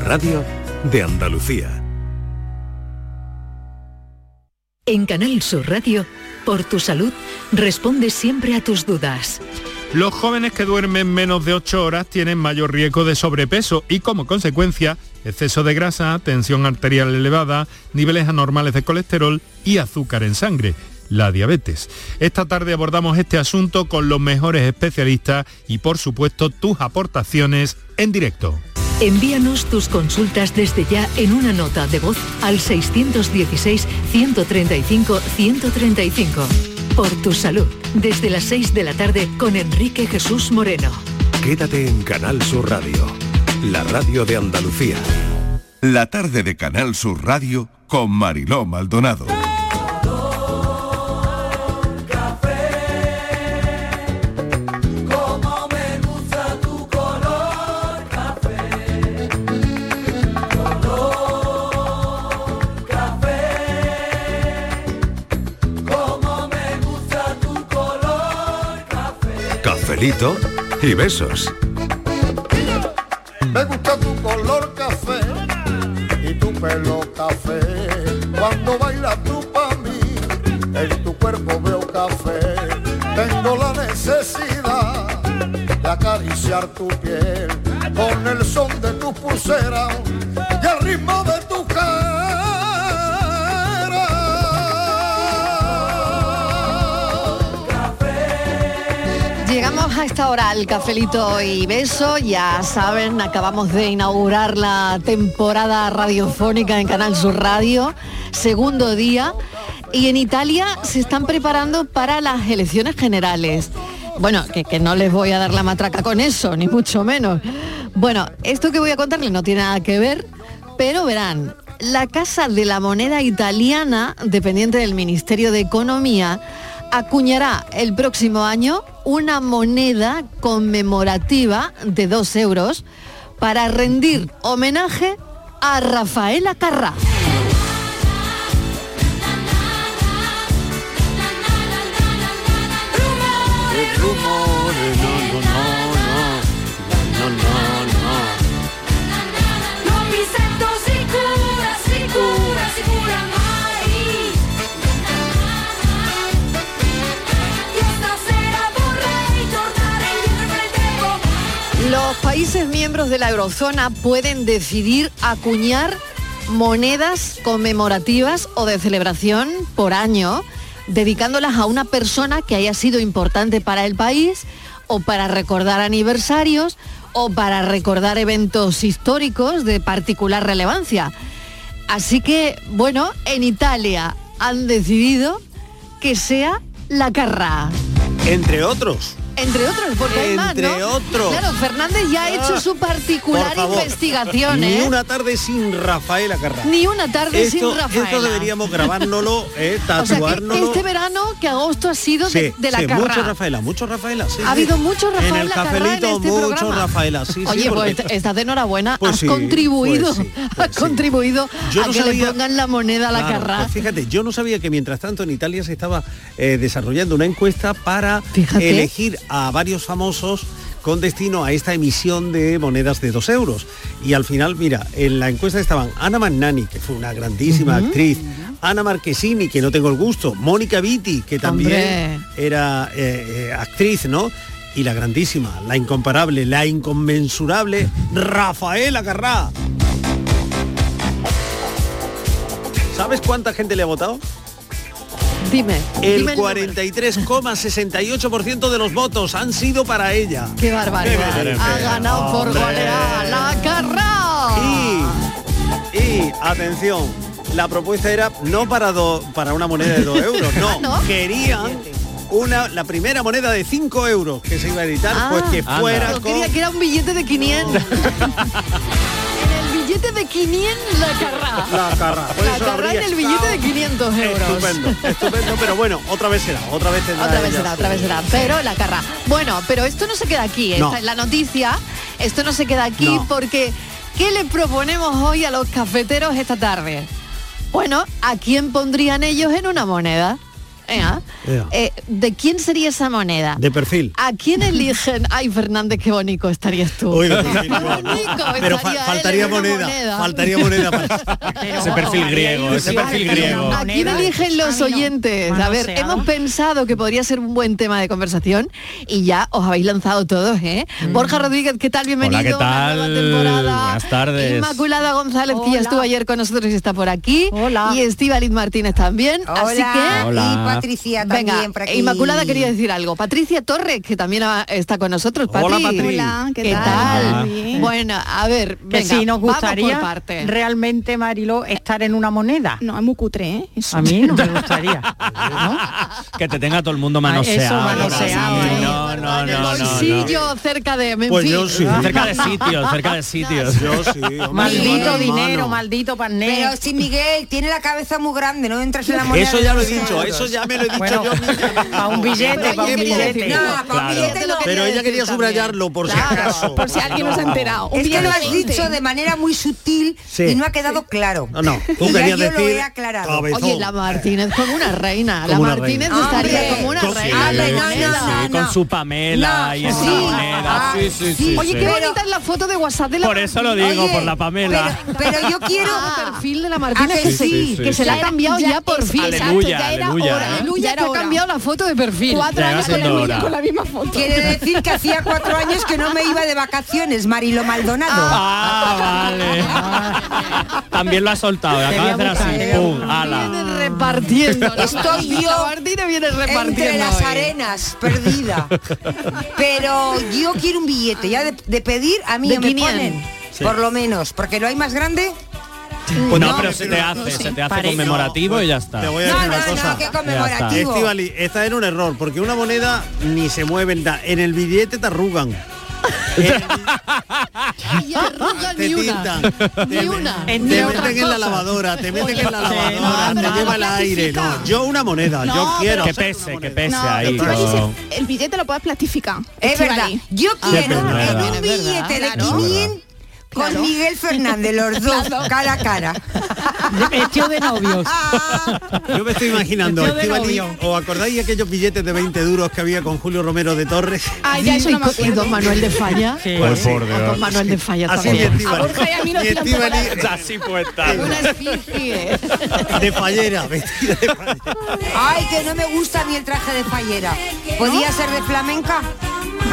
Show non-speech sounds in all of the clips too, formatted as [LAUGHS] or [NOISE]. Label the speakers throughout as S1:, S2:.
S1: radio de Andalucía.
S2: En Canal Sur Radio, por tu salud, responde siempre a tus dudas.
S3: Los jóvenes que duermen menos de 8 horas tienen mayor riesgo de sobrepeso y como consecuencia exceso de grasa, tensión arterial elevada, niveles anormales de colesterol y azúcar en sangre, la diabetes. Esta tarde abordamos este asunto con los mejores especialistas y por supuesto tus aportaciones en directo.
S2: Envíanos tus consultas desde ya en una nota de voz al 616-135-135. Por tu salud, desde las 6 de la tarde con Enrique Jesús Moreno.
S1: Quédate en Canal Sur Radio, la radio de Andalucía.
S4: La tarde de Canal Sur Radio con Mariló Maldonado.
S5: Como me gusta tu color café, color café. Como me gusta tu color café.
S1: Cafelito y besos.
S6: Me gusta tu color café y tu pelo café. Cuando bailas tú pa' mí, en tu cuerpo veo café. Tengo la necesidad de acariciar tu piel con el son de tu pulsera y el ritmo de tu
S7: Llegamos a esta hora al cafelito y beso. Ya saben, acabamos de inaugurar la temporada radiofónica en Canal Sur Radio, segundo día. Y en Italia se están preparando para las elecciones generales. Bueno, que, que no les voy a dar la matraca con eso, ni mucho menos. Bueno, esto que voy a contarles no tiene nada que ver, pero verán, la Casa de la Moneda Italiana, dependiente del Ministerio de Economía, acuñará el próximo año una moneda conmemorativa de 2 euros para rendir homenaje a Rafaela Carrá.
S5: Non mi sento sicura, sicura, sicura mai. Io stasera vorrei tornare indietro nel tempo.
S7: Los países miembros de la eurozona pueden decidir acuñar monedas conmemorativas o de celebración por año, dedicándolas a una persona que haya sido importante para el país o para recordar aniversarios o para recordar eventos históricos de particular relevancia. Así que, bueno, en Italia han decidido que sea la carra.
S8: Entre otros.
S7: Entre otros, porque hay más, ¿no?
S8: Entre otros. Ah.
S7: Claro, Fernández ya ha hecho su particular
S8: Por favor.
S7: investigación, ¿eh?
S8: Ni una tarde sin Rafael Acarrá.
S7: Ni una tarde
S8: esto,
S7: sin Rafaela.
S8: Esto deberíamos
S7: [LAUGHS]
S8: grabárnoslo, eh,
S7: O sea, que
S8: tatuárnoslo.
S7: este verano, que agosto ha sido de,
S8: Sí,
S7: de la
S8: sí,
S7: carra.
S8: mucho Rafaela, mucho Rafaela, sí,
S7: Ha
S8: sí.
S7: habido mucho
S8: En
S7: Rafaela
S8: el
S7: Carrá en
S8: cafelito,
S7: este
S8: mucho
S7: programa.
S8: Rafaela, sí, sí,
S7: Oye,
S8: porque-
S7: pues estás de enhorabuena,
S8: Pues
S7: has
S8: sí,
S7: contribuido,
S8: pues sí,
S7: [LAUGHS] has contribuido
S8: Yo
S7: a
S8: no
S7: que le
S8: sabía-
S7: pongan la moneda a la
S8: Claro,
S7: carra.
S8: pues fíjate, yo no sabía que mientras tanto en Italia se estaba eh, desarrollando una encuesta para
S7: Fíjate.
S8: elegir a varios famosos con destino a esta emisión de monedas de 2 euros. Y al final, mira, en la encuesta estaban Ana Magnani, que fue una grandísima actriz, Ana Marquesini, que no tengo el gusto, Mónica Vitti, que también era eh, eh, actriz, ¿no? Y la grandísima, la incomparable, la inconmensurable, Rafaela Carrá. ¿Sabes cuánta gente le ha votado?
S7: Dime,
S8: pues, El
S7: dime el número.
S8: 43,68% de los votos han sido para ella.
S7: Qué barbaridad. Ah, Ha ganado por goleada la carra.
S8: Y, y, atención, la propuesta era no para, do- para una moneda
S7: [LAUGHS]
S8: de 2 euros, no,
S7: Ah, ¿No?
S8: querían una, la primera moneda de 5 euros que se iba a editar,
S7: Ah,
S8: pues que
S7: anda.
S8: fuera
S7: Yo
S8: con...
S7: quería que era un billete de
S8: [LAUGHS]
S7: 500. en el billete de 500 la carra.
S8: La carra. Por
S7: La
S8: eso
S7: carra en
S8: habría
S7: el billete de
S8: estado
S7: 500 euros. [LAUGHS]
S8: Estupendo, estupendo, pero bueno, otra vez será, otra vez tendrá
S7: Otra vez
S8: ella
S7: será,
S8: su-
S7: otra vez será. Pero la carra. Bueno, pero esto no se queda aquí. ¿eh?
S8: No.
S7: Esta es la noticia. Esto no se queda aquí
S8: No.
S7: porque ¿qué le proponemos hoy a los cafeteros esta tarde? Bueno, ¿a quién pondrían ellos en una moneda? Ea.
S8: Ea.
S7: Eh, ¿De quién sería esa moneda?
S8: De perfil.
S7: ¿A quién eligen? Ay, Fernández, qué bonito estarías tú.
S8: Oiga,
S7: [LAUGHS] Qué
S8: sí, no.
S7: bonito
S8: Pero fa-
S7: estaría él
S8: faltaría
S7: en una
S8: moneda, faltaría moneda para-
S9: Ese perfil griego, ese perfil griego.
S7: ¿A quién eligen los oyentes? A ver, hemos pensado que podría ser un buen tema de conversación y ya os habéis lanzado todos, ¿eh?
S10: Mm.
S7: Borja Rodríguez, ¿qué tal? Bienvenido.
S9: Hola, ¿qué
S7: a una nueva
S9: tal? Pues-
S7: temporada.
S9: Buenas tardes.
S7: Inmaculada González, que ya estuvo ayer con nosotros y está por aquí. Hola. Y Estíbaliz Martínez también. Así que...
S9: Hola.
S10: Patricia
S7: Venga,
S10: también por aquí.
S7: Inmaculada quería decir algo. Patricia Torres, que también ah, está con nosotros. Patri,
S8: Hola, Patri. Hola,
S10: ¿qué
S7: ¿qué
S10: tal?
S7: tal?
S10: Muy bien.
S7: Bueno, a ver,
S11: Que
S7: venga,
S11: si nos
S7: vamos
S11: gustaría
S7: por parte.
S11: realmente, Marilo, estar en una moneda.
S10: No, es muy cutre, ¿eh? Eso.
S11: A mí no me gustaría.
S9: Que te tenga todo el mundo manoseado.
S11: Eso manoseado,
S9: Sí,
S11: ahí,
S9: No, no,
S7: en el
S9: no, no, no.
S7: bolsillo cerca de en
S8: Pues
S7: fin.
S8: yo
S7: [LAUGHS]
S8: sí.
S9: Cerca de sitios, cerca de sitios.
S8: Yo sí, hombre,
S11: Maldito
S8: hermano.
S11: dinero, maldito panel.
S10: Pero si Miguel tiene la cabeza muy grande, no entras en la moneda.
S8: Eso ya lo he
S10: de
S8: dicho,
S10: euros.
S8: eso ya me lo he dicho
S11: Bueno,
S8: yo.
S11: para un billete, para un
S7: Oye,
S11: billete.
S10: No, para
S9: Claro.
S10: un billete no.
S8: Pero ella quería
S7: también.
S8: subrayarlo por si acaso.
S10: por si alguien nos ha enterado. Es que lo has dicho de manera muy sutil
S8: Sí.
S10: y no ha quedado claro.
S8: No, no, tú
S10: Y ya
S8: querías
S10: yo lo
S8: decir
S10: he aclarado.
S8: cabezón.
S7: Oye, la Martínez como una reina.
S8: Como
S7: la
S8: una
S7: Martínez
S8: reina.
S7: estaría
S10: Hombre,
S7: como una
S8: con-
S7: reina.
S10: sí,
S7: de
S10: no,
S9: Sí,
S7: moneda.
S9: sí,
S10: no,
S9: con
S10: no.
S9: su Pamela
S10: No,
S9: y esa
S10: sí.
S9: moneda.
S10: Ah,
S9: Sí, sí, sí.
S7: Oye,
S9: sí.
S7: qué bonita es la foto de WhatsApp de la Ah,
S9: Por eso lo digo, por la Pamela.
S10: Pero, pero yo quiero...
S7: el perfil de la Martínez
S10: ¿A
S7: que,
S10: que sí?
S7: sí,
S10: Sí,
S9: sí,
S7: que se la
S9: sí.
S7: ha cambiado ya, por fin.
S9: Aleluya,
S7: Exacto, ya era
S9: aleluya. ¿eh?
S7: hora. Aleluya,
S10: Ya era
S7: que ha
S10: hora.
S7: cambiado la foto de perfil.
S9: Llega siendo hora.
S10: misma foto. Quiere decir que hacía cuatro años que no me iba de vacaciones, Marilo Maldonado.
S9: Ah, vale. También lo ha soltado. Lo acaba de hacer así. Pum, ala.
S7: Viene repartiendo. la
S10: Estoy
S7: Martínez.
S10: yo
S7: La Martínez viene repartiendo.
S10: entre las
S7: hoy.
S10: arenas, perdida. Pero yo quiero un billete, ya de, de pedir a mí
S7: ¿De
S10: ya me
S7: 500?
S10: ponen, por lo menos, porque lo hay más grande.
S9: Pues no, pero se te hace, se te hace
S11: Parece-
S9: conmemorativo y ya
S8: Te
S9: está.
S8: voy a
S10: No,
S8: decir
S10: no,
S8: una cosa.
S10: no, que conmemorativo.
S8: Estivali, está en un error, porque una moneda ni se mueve, nada. en el billete te arrugan.
S7: Y arruga ni una.
S8: tintan.
S7: Ni
S8: Te-
S7: una.
S8: Te
S11: En ni
S7: ni
S8: meten
S7: otra
S8: en la
S7: cosa.
S8: lavadora, te meten en la
S11: Sí,
S8: lavadora,
S11: no,
S8: te
S11: no,
S8: lleva el
S11: no
S8: aire. No, yo una moneda, yo quiero.
S9: Que
S8: ser una
S9: pese, que
S8: moneda.
S9: pese ahí.
S8: pero tú
S9: con-
S10: El billete lo puedes plastificar. Es verdad. Yo
S9: es
S10: quiero
S9: verdad.
S10: en
S9: Es
S10: un
S7: verdad,
S10: billete de
S7: claro.
S10: 500 con Miguel Fernández, los dos, cara a cara.
S11: Vestido de novios.
S8: Yo me estoy imaginando,
S11: Yo de
S8: Estivali,
S11: novio.
S8: ¿os acordáis de aquellos billetes de 20 duros que había con Julio Romero de Torres? Pues,
S7: Ay, ya eso no me acuerdo. Y Pues don Manuel de Falla.
S11: Sí.
S9: Pues Por favor, de
S7: Don
S9: verdad.
S7: Ah, Manuel de Falla
S8: Así de
S7: también.
S8: Estivali. Y Estivali
S9: Así puede estar.
S7: Una esfinge.
S8: de fallera, vestida de fallera.
S10: Ay, que no me gusta ni el traje de fallera. ¿Podía ser de flamenca?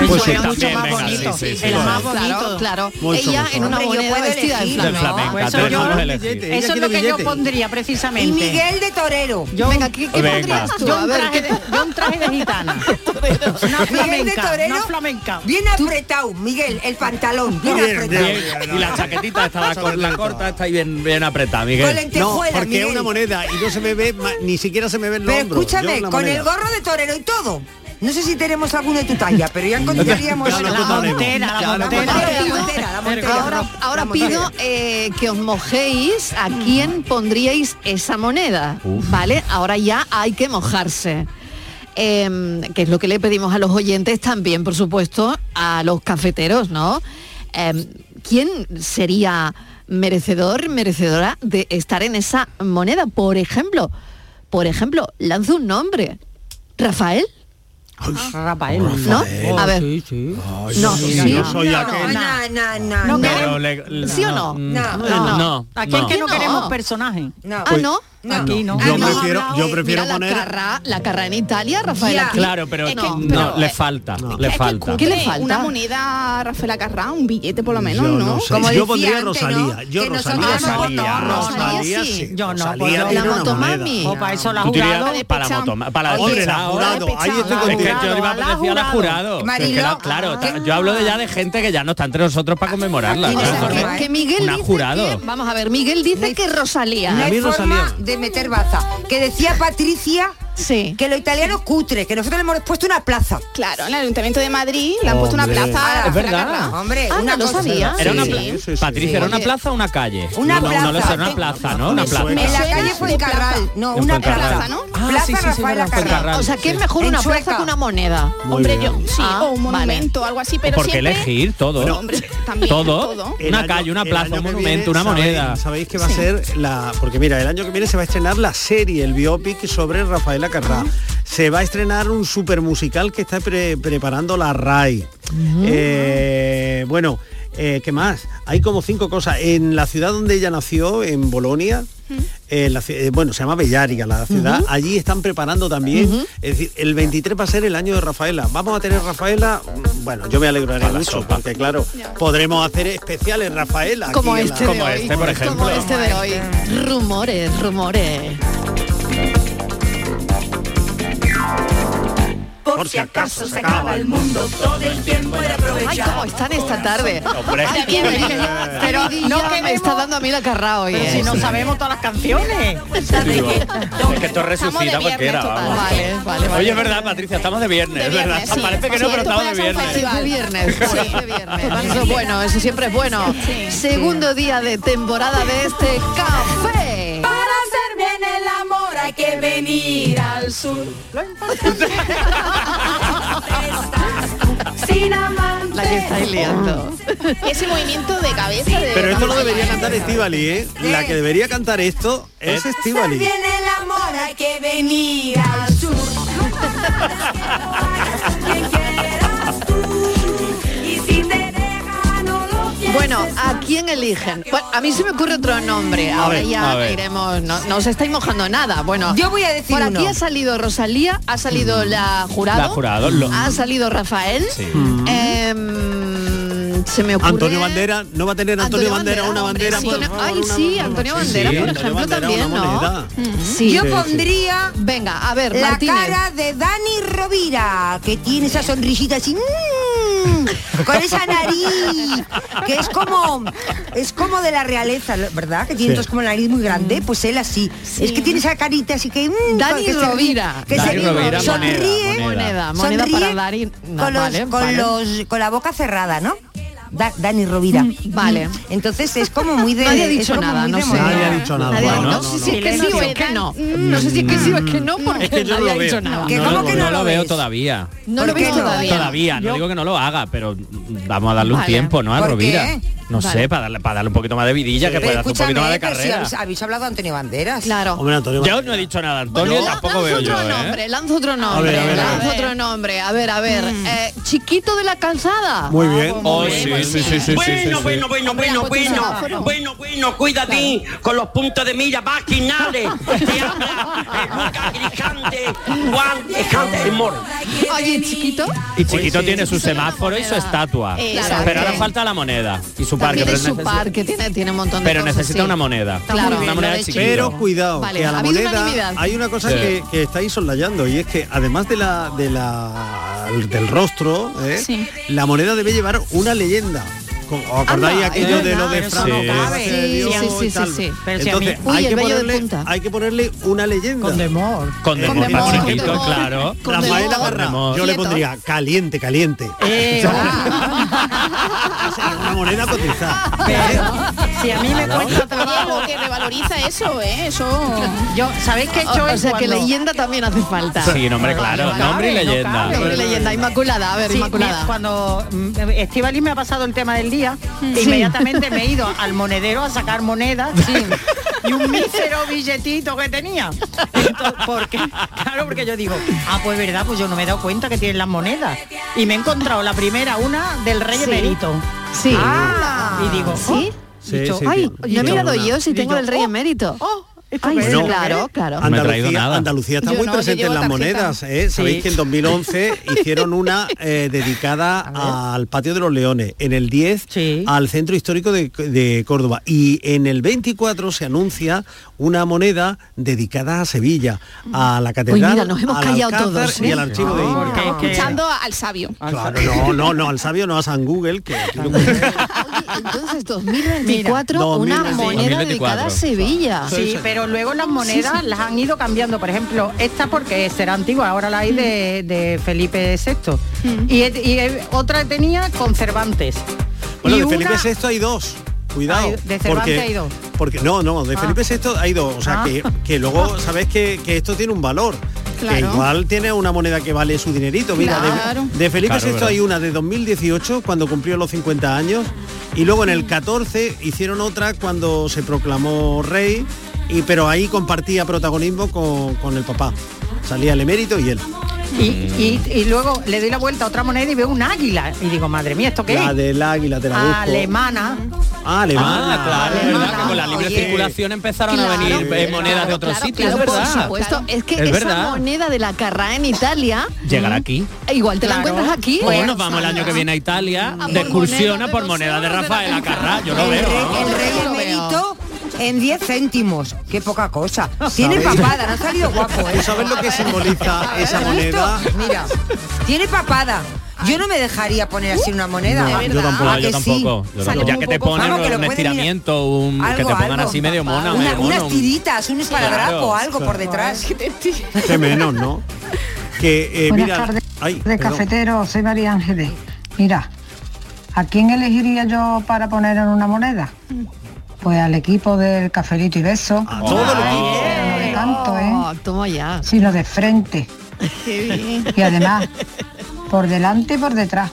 S9: Pues sí,
S7: Suena mucho
S9: también,
S7: más
S9: venga,
S7: bonito.
S9: sí, sí, sí,
S7: el
S9: sí.
S7: más
S11: Claro,
S7: bonito, claro.
S8: Mucho
S7: Ella
S8: mejor.
S7: en una
S10: Hombre, yo
S7: moneda
S10: puedo
S7: vestida de
S10: elegir,
S9: De
S10: ¿no?
S7: flamenco.
S9: flamenca,
S11: Pues
S9: tenemos
S11: yo-
S9: que elegir.
S8: Billete, ella
S11: Eso es
S8: quiere
S11: lo que yo
S8: billete.
S11: pondría
S10: Y
S11: precisamente.
S10: Miguel de torero.
S7: Venga, ¿qué, qué
S9: Venga.
S7: pondrías tú?
S11: Yo
S7: A
S11: un,
S7: ver,
S11: traje
S7: ¿qué
S11: de, yo un traje de
S10: [LAUGHS]
S11: gitana. Una
S10: Miguel de
S11: flamenca,
S10: torero.
S11: una flamenca.
S10: Bien apretado, Miguel, el pantalón, bien
S8: Bien,
S10: apretado.
S9: Bien, y la [LAUGHS] chaquetita está la, cor- la corta está ahí bien, bien apretada,
S10: Con
S9: Miguel.
S8: No,
S10: lentejuelas,
S8: porque es
S10: Miguel.
S8: una moneda y no se me ve, ma- ni siquiera se me ven los
S10: Pero
S8: hombros. Yo
S10: escúchame,
S8: una
S10: con
S8: moneda.
S10: el gorro de torero y todo. No sé si tenemos alguno de tu talla, pero ya encontraríamos
S8: Ya lo
S11: La
S8: encontraremos.
S11: montera, la montera.
S10: montera, la
S7: pido-
S10: montera, la montera.
S7: Ahora,
S10: La
S7: ahora
S10: montera.
S7: pido eh, que os mojéis a quién pondríais esa moneda, ¿vale? Ahora ya hay que mojarse. Em, que es lo que le pedimos a los oyentes también, por supuesto, a los cafeteros, ¿no? Em, ¿Quién sería merecedor, merecedora de estar en esa moneda? Por ejemplo, por ejemplo, lanzo un nombre. Rafael,
S11: Rafael.
S7: ¿no? a ver.
S8: Yo
S7: No, sí.
S8: no soy
S10: No,
S8: aquel.
S10: no, no, no, no,
S11: No.
S9: Pero le- le-
S7: ¿Sí o no?
S9: No,
S10: No.
S9: no.
S11: Aquí es que no
S7: No.
S11: queremos personaje.
S10: no.
S7: Ah, no.
S10: No.
S11: Aquí no.
S8: Yo
S7: no,
S8: prefiero,
S7: hablado
S8: yo
S7: de-
S8: prefiero
S7: mira,
S8: poner.
S7: la carra, la carra en Italia, Rafael.
S10: Ya.
S7: aquí.
S9: Claro, pero
S7: Es que-
S9: no,
S7: pero-
S9: le falta, le falta.
S7: ¿Qué le falta?
S12: Una moneda, Rafael Acarrá, un billete por lo menos,
S8: yo
S12: ¿no?
S8: no sé.
S10: Como
S8: yo
S10: decía
S8: pondría
S10: antes,
S8: Rosalía.
S10: ¿no?
S8: Yo
S10: Que
S8: Rosalía.
S10: nosotros
S8: sí.
S9: Rosalía.
S7: Rosalía
S8: sí.
S7: sí.
S11: Yo no,
S8: Rosalía
S11: por la
S8: tiene una
S7: motomami.
S8: moneda.
S11: O Oh, para eso la
S9: Tú dirías
S11: jurado.
S9: para la moto, para la
S8: Hombre,
S9: derecha,
S8: la
S9: ahora.
S8: jurado, ahí estoy
S9: Es que
S8: contigo.
S9: yo iba a decir a la jurado.
S10: Marilo,
S9: Es que la-
S11: [LAUGHS]
S9: claro,
S10: ah.
S9: ta- yo hablo de ya de gente que ya no está entre nosotros para conmemorarla.
S10: Aquí no
S9: claro,
S10: se
S9: porque-
S10: acaba,
S7: Que, que Miguel
S9: Una
S7: dice
S9: jurado.
S7: que- vamos a ver, Miguel dice que Rosalía.
S10: No
S8: A mí
S10: hay
S8: no
S10: forma
S8: salía.
S10: de meter baza. Que decía Patricia
S7: Sí.
S10: que los italianos cutre, que nosotros le hemos puesto una plaza.
S12: Claro, en el Ayuntamiento de Madrid le han puesto una
S8: Hombre.
S12: plaza.
S10: Ah,
S12: a
S9: es
S12: Rafael
S9: verdad.
S12: Acarrá.
S10: Hombre,
S7: Ah,
S10: una
S7: no lo
S10: cosa-
S7: sabía.
S9: Era una
S8: Sí,
S9: pla-
S8: sí, sí,
S9: Patricia,
S8: sí.
S9: ¿era una plaza o una calle?
S10: Una
S9: no, No, no lo sé,
S10: plaza.
S9: era una plaza, ¿no? Ah, Una
S8: Me
S9: plaza.
S10: En la
S12: Suena
S10: calle
S12: de
S10: fue Carral,
S12: plaza.
S10: no,
S9: En
S10: una
S9: Fuencarral.
S10: plaza.
S12: ¿no?
S9: Ah,
S10: Plaza
S9: sí, sí, sí,
S10: Rafael
S9: era en
S10: Acarrá.
S9: Fuencarral.
S7: O sea, que es
S9: Sí.
S7: mejor
S10: En
S7: una
S10: Chueca.
S7: plaza que una moneda.
S8: Muy
S12: Hombre, yo
S8: bien.
S12: sí,
S7: Ah,
S12: o un
S7: vale.
S12: monumento, algo así, pero
S9: Porque
S12: siempre...
S9: elegir todo.
S12: No, hombre, también,
S9: todo.
S12: todo.
S8: El
S9: Una
S8: año-
S9: calle, una
S8: el
S9: plaza,
S8: año
S9: un
S8: que
S9: monumento,
S8: viene,
S9: una
S8: sabéis-
S9: moneda.
S8: Sabéis que va a ser la. Porque mira, el año que viene se va a estrenar la serie, el biopic sobre Rafael Rafaela Carrá. Se va a estrenar un super musical que está pre- preparando la RAI. Eh, bueno, eh, ¿qué más? Hay como cinco cosas. En la ciudad donde ella nació, en Bolonia, eh, la ci- eh, bueno, se llama Bellárica la ciudad. Allí están preparando también. Es decir, el 23 va a ser el año de Rafaela. Vamos a tener Rafaela. mm, Bueno, yo me alegraré mucho, porque claro, podremos hacer especiales Rafaela.
S7: Como
S8: aquí en la-
S7: este de Como hoy. este, por Como este de hoy. Rumores, rumores.
S5: Por si acaso se acaba el mundo, todo el tiempo era
S7: Ay,
S5: aprovechar.
S7: cómo están esta tarde.
S5: Hombre.
S7: Ay, qué bien. Pero no que me está dando a mí la carra hoy. eh.
S11: Pero si no sabemos todas las canciones.
S9: Es que esto resucita cualquiera. vamos.
S7: Vale, vale, vale.
S9: Oye, es verdad, Patricia, estamos de viernes, es verdad.
S7: viernes, sí.
S9: Parece que no,
S7: Sí,
S9: pero
S7: esto
S9: estamos de
S7: puede ser un
S9: viernes.
S7: festival. viernes. Sí, de viernes. Eso es bueno, eso siempre es bueno. Segundo día de temporada de este café.
S5: Para hacer bien el amor hay que venir al sur. Lo importante es [LAUGHS] sin amante.
S7: La que estáis liando.
S12: Ese movimiento de cabeza de
S8: Pero esto lo debería cantar Estivali, ¿eh? La que debería cantar esto es
S7: ¿Eh?
S8: Estivali.
S5: Bien el amor hay que venir al sur.
S12: [LAUGHS]
S7: Bueno, ¿a quién eligen? Bueno, a mí se me ocurre otro nombre.
S5: A
S7: Ahora
S5: ver, a
S7: ya
S5: ver.
S7: iremos. No, no os estáis mojando nada. Bueno,
S10: Yo voy a decir
S7: Por aquí
S10: uno.
S7: ha salido Rosalía, ha salido la jurado.
S9: La Jurado, lo-
S7: Ha salido Rafael. Em, se me ocurre.
S8: Antonio Bandera, ¿no va a tener Antonio, Bandera, una
S7: hombre,
S8: bandera?
S7: sí.
S8: por
S7: Antonio-
S8: favor,
S7: Ay,
S8: una-
S7: sí, Antonio
S8: Sí,
S7: Bandera,
S8: sí,
S7: por
S8: Antonio
S7: ejemplo,
S8: Bandera,
S7: también,
S8: una
S7: ¿no?
S8: moneda.
S7: Sí.
S10: Yo
S7: Sí, sí.
S10: pondría
S7: Venga, a ver,
S10: la
S7: Martínez.
S10: cara de Dani Rovira, que tiene esa sonrisita así. mm, con esa nariz, que es como es como de la realeza, lo- ¿verdad? Que tiene
S7: Sí.
S10: entonces como la nariz muy grande, pues él así. Es que tiene esa carita así que. mm,
S7: Mm. Dani
S10: que se ríe,
S7: Rovira.
S10: Que
S7: Dani
S10: se ríe,
S7: Rovira,
S10: sonríe,
S7: moneda, moneda, moneda
S10: sonríe
S7: para Dani. No,
S10: con, los-
S7: vale,
S10: con
S7: vale.
S10: los- con la boca cerrada, ¿no? Da- Dani Rovira.
S7: Mm,
S10: Mm.
S7: Vale.
S10: Entonces es como muy de.
S7: Nadie ha
S10: es
S7: dicho
S10: como
S7: nada,
S10: muy
S7: no
S10: de
S7: sé.
S10: moneda.
S8: Nadie ha dicho nada.
S7: Nadie-
S8: Bueno,
S7: no sé si es que sí o es que no.
S8: Mm.
S7: No sé si es que sí o es que no, porque
S8: Es que yo no
S7: nadie
S8: lo
S7: ha
S8: veo.
S7: dicho nada.
S9: No, lo- no lo veo todavía.
S7: No lo ves todavía.
S9: Todavía, no digo que no lo haga, pero vamos a darle un
S10: Vale.
S9: tiempo, ¿no? A
S10: ¿Por
S9: Rovira.
S10: qué?
S9: No
S10: Vale.
S9: sé, para darle, para darle un poquito más de vidilla, que
S10: Pero
S9: pueda hacer un poquito más de
S10: pero eh, si
S9: carrera.
S10: habéis, habéis hablado de Antonio Banderas.
S7: Claro.
S9: yo no he dicho nada, Antonio,
S7: Bueno,
S9: tampoco veo yo.
S7: Otro
S9: ¿eh?
S7: nombre, lanza otro nombre,
S9: ver, a ver, a
S7: lanza
S9: ver.
S7: otro nombre. A ver, a ver. eh, Chiquito de la calzada.
S8: Muy bien.
S13: Oh, sí, sí, sí, sí,
S14: bueno,
S13: sí, sí.
S14: bueno, bueno, bueno,
S7: Hombre,
S14: bueno,
S7: ha puesto
S14: bueno, bueno, cuídate con los puntos de mira
S7: [LAUGHS]
S14: vaginales. Te habla el Lucas Grijante, Juan Grijante del Moro.
S7: Oye, chiquito.
S9: Y Chiquito tiene su semáforo y su estatua.
S7: Exacto.
S9: Pero ahora falta la moneda y su parque.
S7: Tiene
S9: Pero,
S7: su
S9: necesi-
S7: parque, tiene, tiene un montón de
S9: pero
S7: cosas,
S9: necesita
S7: sí.
S9: una moneda.
S7: Claro.
S9: una moneda de Chiquito.
S8: Pero cuidado,
S7: Vale,
S8: que a
S7: ha
S8: la
S7: habido
S8: moneda
S7: unanimidad.
S8: hay una cosa
S9: Sí.
S8: que, que estáis soslayando y es que además de la, de la del rostro, ¿eh?
S11: Sí.
S8: la moneda debe llevar una leyenda. Como- ¿Os acordáis
S11: Anda,
S8: aquello
S11: es
S8: de lo
S11: verdad,
S8: de
S11: eso
S8: Fran
S11: no
S8: Ocasio,
S11: cabe.
S8: que
S11: Sí,
S8: Dios
S11: sí, sí,
S8: y
S11: sí,
S8: tal?
S11: sí. Pero si a mí-
S8: Entonces,
S11: Uy,
S8: hay,
S11: el
S8: que
S11: vello de
S8: ponerle,
S11: punta.
S8: hay que ponerle una leyenda. Con demor.
S9: Con
S11: demor, Con demor,
S9: Chiquito, con demor, claro. con
S8: Rafael
S9: demor.
S8: Agarra,
S9: Con
S8: yo le
S9: demor.
S8: pondría caliente, caliente.
S11: Eh,
S8: [LAUGHS] una moneda cotizada.
S11: Si a mí me cuesta
S12: lo que revaloriza eso, ¿eh? Eso.
S7: Yo, ¿sabéis qué
S12: he hecho
S7: O,
S12: es
S7: sea, que
S12: cuando-
S7: leyenda también hace falta.
S9: Sí, nombre, claro. Nombre y leyenda.
S7: Nombre y leyenda, Inmaculada, a ver,
S11: Sí,
S7: Inmaculada.
S11: mi- cuando eh, Estivali me ha pasado el tema del día,
S7: Hmm. Sí.
S11: inmediatamente me he
S7: [LAUGHS]
S11: ido al monedero a sacar monedas y un mísero billetito que tenía. Entonces, porque, claro, porque yo digo, ah, pues verdad, pues yo no me he dado cuenta que tienen las monedas. Y me he encontrado la primera, una del rey
S7: Sí.
S11: emérito.
S7: Sí.
S11: Ah, y digo,
S7: ¿Sí?
S8: Sí,
S11: dicho,
S8: sí,
S7: Ay,
S8: sí.
S7: yo he mirado
S8: Dicho
S7: yo si
S8: una.
S7: tengo el rey emérito. Ay, sí,
S8: No. Ah.
S7: claro, claro.
S8: Andalucía, Andalucía está
S7: Yo
S8: muy
S7: no, yo
S8: presente
S7: llevo
S8: en las
S7: tarjeta.
S8: monedas. ¿eh? Sabéis
S7: Sí.
S8: que en
S12: [LAUGHS]
S8: 2011 hicieron una eh, dedicada al Patio de los Leones, en el 10 al Centro Histórico de, de Córdoba y en el 24 se anuncia una moneda dedicada a Sevilla, a la catedral,
S12: mira, nos hemos
S8: al
S12: callado
S8: Alcázar
S12: todos,
S8: y
S12: ¿eh?
S8: al archivo de Indias.
S15: Ah.
S12: Estamos escuchando al sabio.
S8: Claro, no, no, no, al sabio no, a San Google, que aquí lo-
S7: Entonces, 2024,
S8: Mira,
S7: una
S8: 2024.
S7: moneda dedicada a Sevilla.
S11: Sí, pero luego las monedas
S7: Sí, sí.
S11: las han ido cambiando. Por ejemplo, esta porque será antigua, ahora la hay
S8: Mm.
S11: de, de Felipe VI. Y, he- y he- otra tenía con Cervantes.
S8: Bueno,
S11: Y
S8: de Felipe
S11: una-
S8: VI hay dos. Cuidado.
S11: Hay- de Cervantes
S8: porque,
S11: hay dos.
S8: Porque, no, no, de
S11: Ah.
S8: Felipe VI hay dos. O sea,
S11: Ah.
S8: que, que
S11: [LAUGHS]
S8: luego sabes que, que esto tiene un valor. Que
S11: Claro.
S8: igual tiene una moneda que vale su dinerito. Mira, de-
S11: Claro.
S8: de, Felipe
S9: Claro,
S8: VI
S9: verdad.
S8: hay una de 2018, cuando cumplió los 50 años. Y luego en el
S11: Mm.
S8: 14 hicieron otra cuando se proclamó rey. Y, pero ahí compartía protagonismo con, con el papá. Salía el emérito y él.
S11: Y,
S8: Mm.
S11: y- y luego le doy la vuelta a otra moneda y veo un águila. Y digo, madre mía, ¿esto qué
S8: La
S11: es?
S8: del águila te la busco.
S11: Alemana.
S8: Ah, alemana.
S9: Ah, claro, es verdad que con la libre
S8: Oye.
S9: circulación empezaron a
S8: Claro,
S9: venir eh,
S8: claro,
S9: monedas de otros
S7: Claro,
S9: sitios,
S7: claro,
S9: es verdad.
S7: Por supuesto, es que
S9: Es
S7: esa
S9: verdad.
S7: moneda de la carrá en Italia, eh,
S9: Llegar aquí.
S7: igual te la
S9: Claro.
S7: encuentras aquí.
S9: O nos vamos el año que viene a Italia de excursión a por moneda de Rafael Acarrá. Yo lo veo. ¿no?
S10: El rey emérito en 10 céntimos. Qué poca
S9: [LAUGHS]
S10: cosa. Tiene
S8: ¿Sabéis?
S10: papada, no ha salido guapo, ¿eh?
S8: ¿Tú sabes lo que
S7: [LAUGHS]
S8: simboliza esa
S10: ¿Has visto?
S8: moneda?
S10: Mira, tiene papada. Yo no me dejaría poner así una moneda.
S9: No, yo tampoco,
S10: ¿A
S9: yo
S10: que sí?
S9: tampoco. yo tampoco. Ya que te ponen
S10: Vamos, que lo
S9: un
S10: pueden ir-
S9: estiramiento, un, que te
S10: Algo,
S9: pongan
S10: algo,
S9: así medio mona,
S10: Una-
S9: medio mono,
S10: unas
S9: un-
S10: tiritas, un esparadrapo,
S9: Claro,
S10: algo por detrás.
S9: [LAUGHS]
S8: Que menos, ¿no? Que eh,
S13: Buenas
S8: mira.
S13: tardes,
S8: Ay,
S13: de
S8: perdón.
S13: cafetero, soy María Ángeles. Mira, ¿a quién elegiría yo para poner en una moneda? Pues al equipo del cafelito y beso.
S10: Ah,
S8: Ah.
S13: No de tanto, ¿eh?
S7: Oh, Toma ya.
S13: Sino de frente. Y además, por delante y por detrás.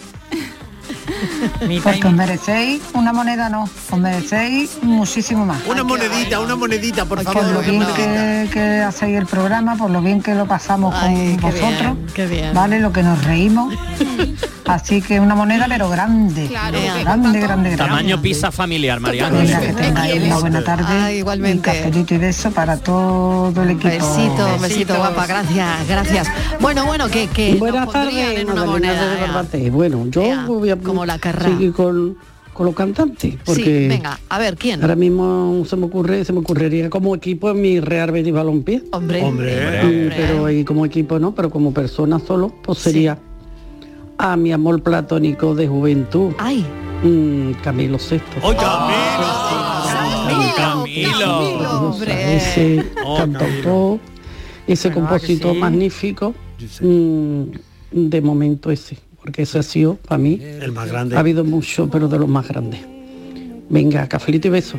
S13: Porque os merecéis una moneda, no, os merecéis muchísimo más.
S8: Una monedita, una monedita, por
S13: Por lo
S8: favor.
S13: bien
S8: una monedita.
S13: que, que hacéis el programa, por lo bien que lo pasamos con
S7: Ay, qué
S13: vosotros,
S7: bien, qué bien.
S13: ¿vale? Lo que nos [LAUGHS] reímos. Así que una moneda, pero grande.
S7: Claro,
S13: grande,
S7: que
S13: grande, grande,
S9: Tamaño pizza familiar, Mariano.
S13: Venga, que tengáis una buena tarde. Ah, igualmente. Un cafelito y beso para todo el equipo.
S7: Besito, besito, guapa, gracias, gracias. Bueno, bueno, que, que Buenas tardes, Eh, en una
S16: Magdalena de
S7: moneda.
S16: Barbate. Bueno, yo voy a como la seguir con, con los cantantes, porque
S7: Sí, venga, a ver, ¿quién?
S16: ahora mismo se me ocurre, se me ocurriría como equipo en mi Real Betis Balompié.
S7: Hombre.
S8: Hombre.
S16: Mm, pero ahí como equipo no, pero como persona solo, pues sería a mi amor platónico de juventud. Mm,
S7: Ay.
S16: Camilo Sexto.
S13: Ah,
S9: Camilo,
S7: Oh,
S9: Camilo.
S16: Ese
S13: Oh,
S16: cantautor, ese compositor
S9: sí.
S16: magnífico, mm, de momento ese, porque ese ha sido para mí
S8: El más grande.
S16: Ha habido mucho, pero de los más grandes. Venga, cafelito y beso.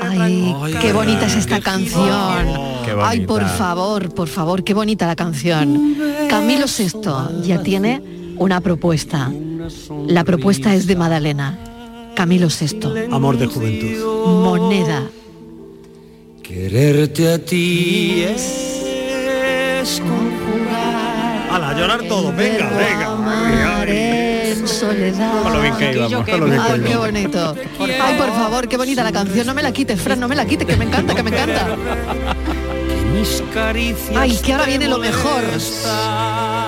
S7: Ay, qué bonita es esta canción.
S16: Qué
S7: Ay,
S16: bonita.
S7: por favor, por favor, qué bonita la canción. Camilo VI ya tiene una propuesta. La propuesta es de Madalena. Camilo VI.
S8: Amor de juventud.
S7: Moneda.
S5: Quererte a ti es
S8: Ala, llorar todos, venga, venga.
S7: En soledad.
S8: Con lo bien que íbamos, con lo bien que
S7: Ay, qué
S8: íbamos.
S7: bonito. Ay, por favor, qué bonita la canción. No me la quites, Fran, no me la quites, que me encanta, que me encanta.
S5: mis caricias.
S7: Ay, que ahora viene lo mejor.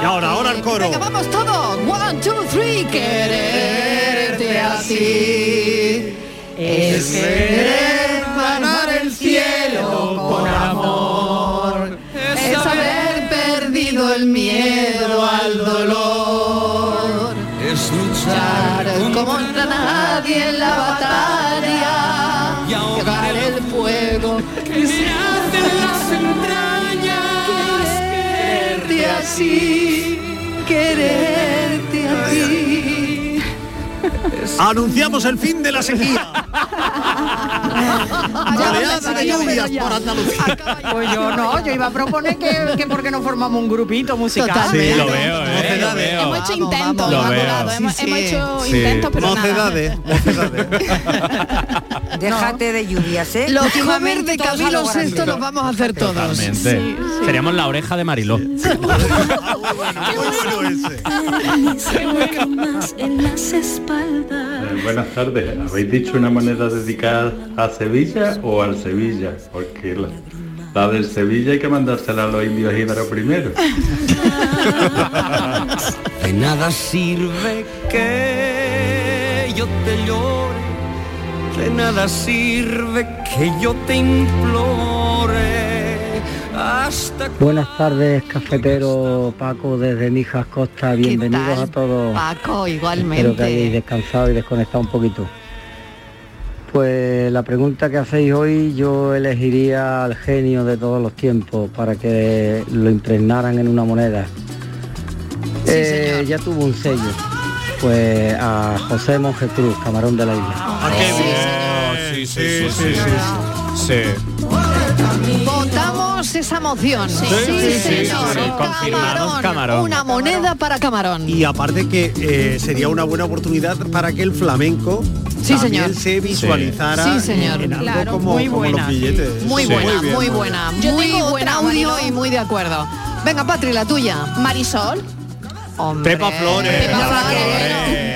S8: Y ahora, ahora el coro.
S7: Venga, vamos todos. One, two, three. Quererte así es querer ganar el cielo con amor. Es haber perdido el miedo al dolor.
S5: Es luchar
S7: Como entra nadie en la batalla.
S5: y ahogar
S7: Llegar el fuego que se hace en las entrañas. Quererte así, quererte a ti.
S8: Anunciamos el fin de la
S7: [LAUGHS]
S8: sequía.
S11: Oleadas
S8: Oleadas de
S11: de
S8: lluvias
S11: lluvia.
S8: por Andalucía.
S11: Pues yo no, yo iba a proponer que, que porque no formamos un grupito musical.
S8: Sí, lo veo, eh, lo veo.
S12: Hemos hecho intentos,
S8: Lo
S12: hemos
S8: veo.
S12: dudado,
S8: Sí,
S12: hemos,
S8: sí.
S12: hemos hecho
S8: Sí.
S12: intentos, pero nada.
S8: Mocedades,
S10: Déjate de lluvias, ¿eh?
S7: Los
S10: Últimamente
S7: covers de
S10: todos a lo
S7: Camilo
S10: grande.
S7: VI los vamos a hacer todos.
S9: Totalmente. Seríamos la oreja de Mariló.
S5: en las espaldas.
S17: Eh, Buenas tardes. ¿Habéis dicho una moneda dedicada a Sevilla o al Sevilla? Porque la, la del Sevilla hay que mandársela a los indios íbaros [LAUGHS] primero.
S5: De nada sirve que yo te llore, de nada sirve que yo te implore. Hasta
S16: Buenas tardes, cafetero Paco desde Mijas Costa. Bienvenidos a todos.
S7: Paco,
S16: Espero que hayáis
S7: igualmente.
S16: descansado y desconectado un poquito. Pues la pregunta que hacéis hoy yo elegiría al genio de todos los tiempos para que lo impregnaran en una moneda. Eh, Ya tuvo un sello. Pues a José Monje Cruz, camarón de la isla.
S3: Ah,
S17: Ah,
S3: Sí, sí, sí, sí.
S7: Votamos esa moción. Sí, señor.
S8: Confirmados,
S7: Una moneda para Camarón.
S8: Y aparte que eh, sería una buena oportunidad para que el flamenco
S7: Sí,
S8: también
S7: señor.
S8: se visualizara
S7: Sí, señor.
S8: en algo
S7: Claro,
S8: como,
S7: muy
S8: como los billetes.
S7: Muy
S8: Sí.
S7: buena,
S8: bien,
S7: muy
S8: bien.
S7: buena, muy buen audio y muy de acuerdo. Venga, Patri, la tuya. Marisol.
S9: Pepa Flores.
S7: Pepa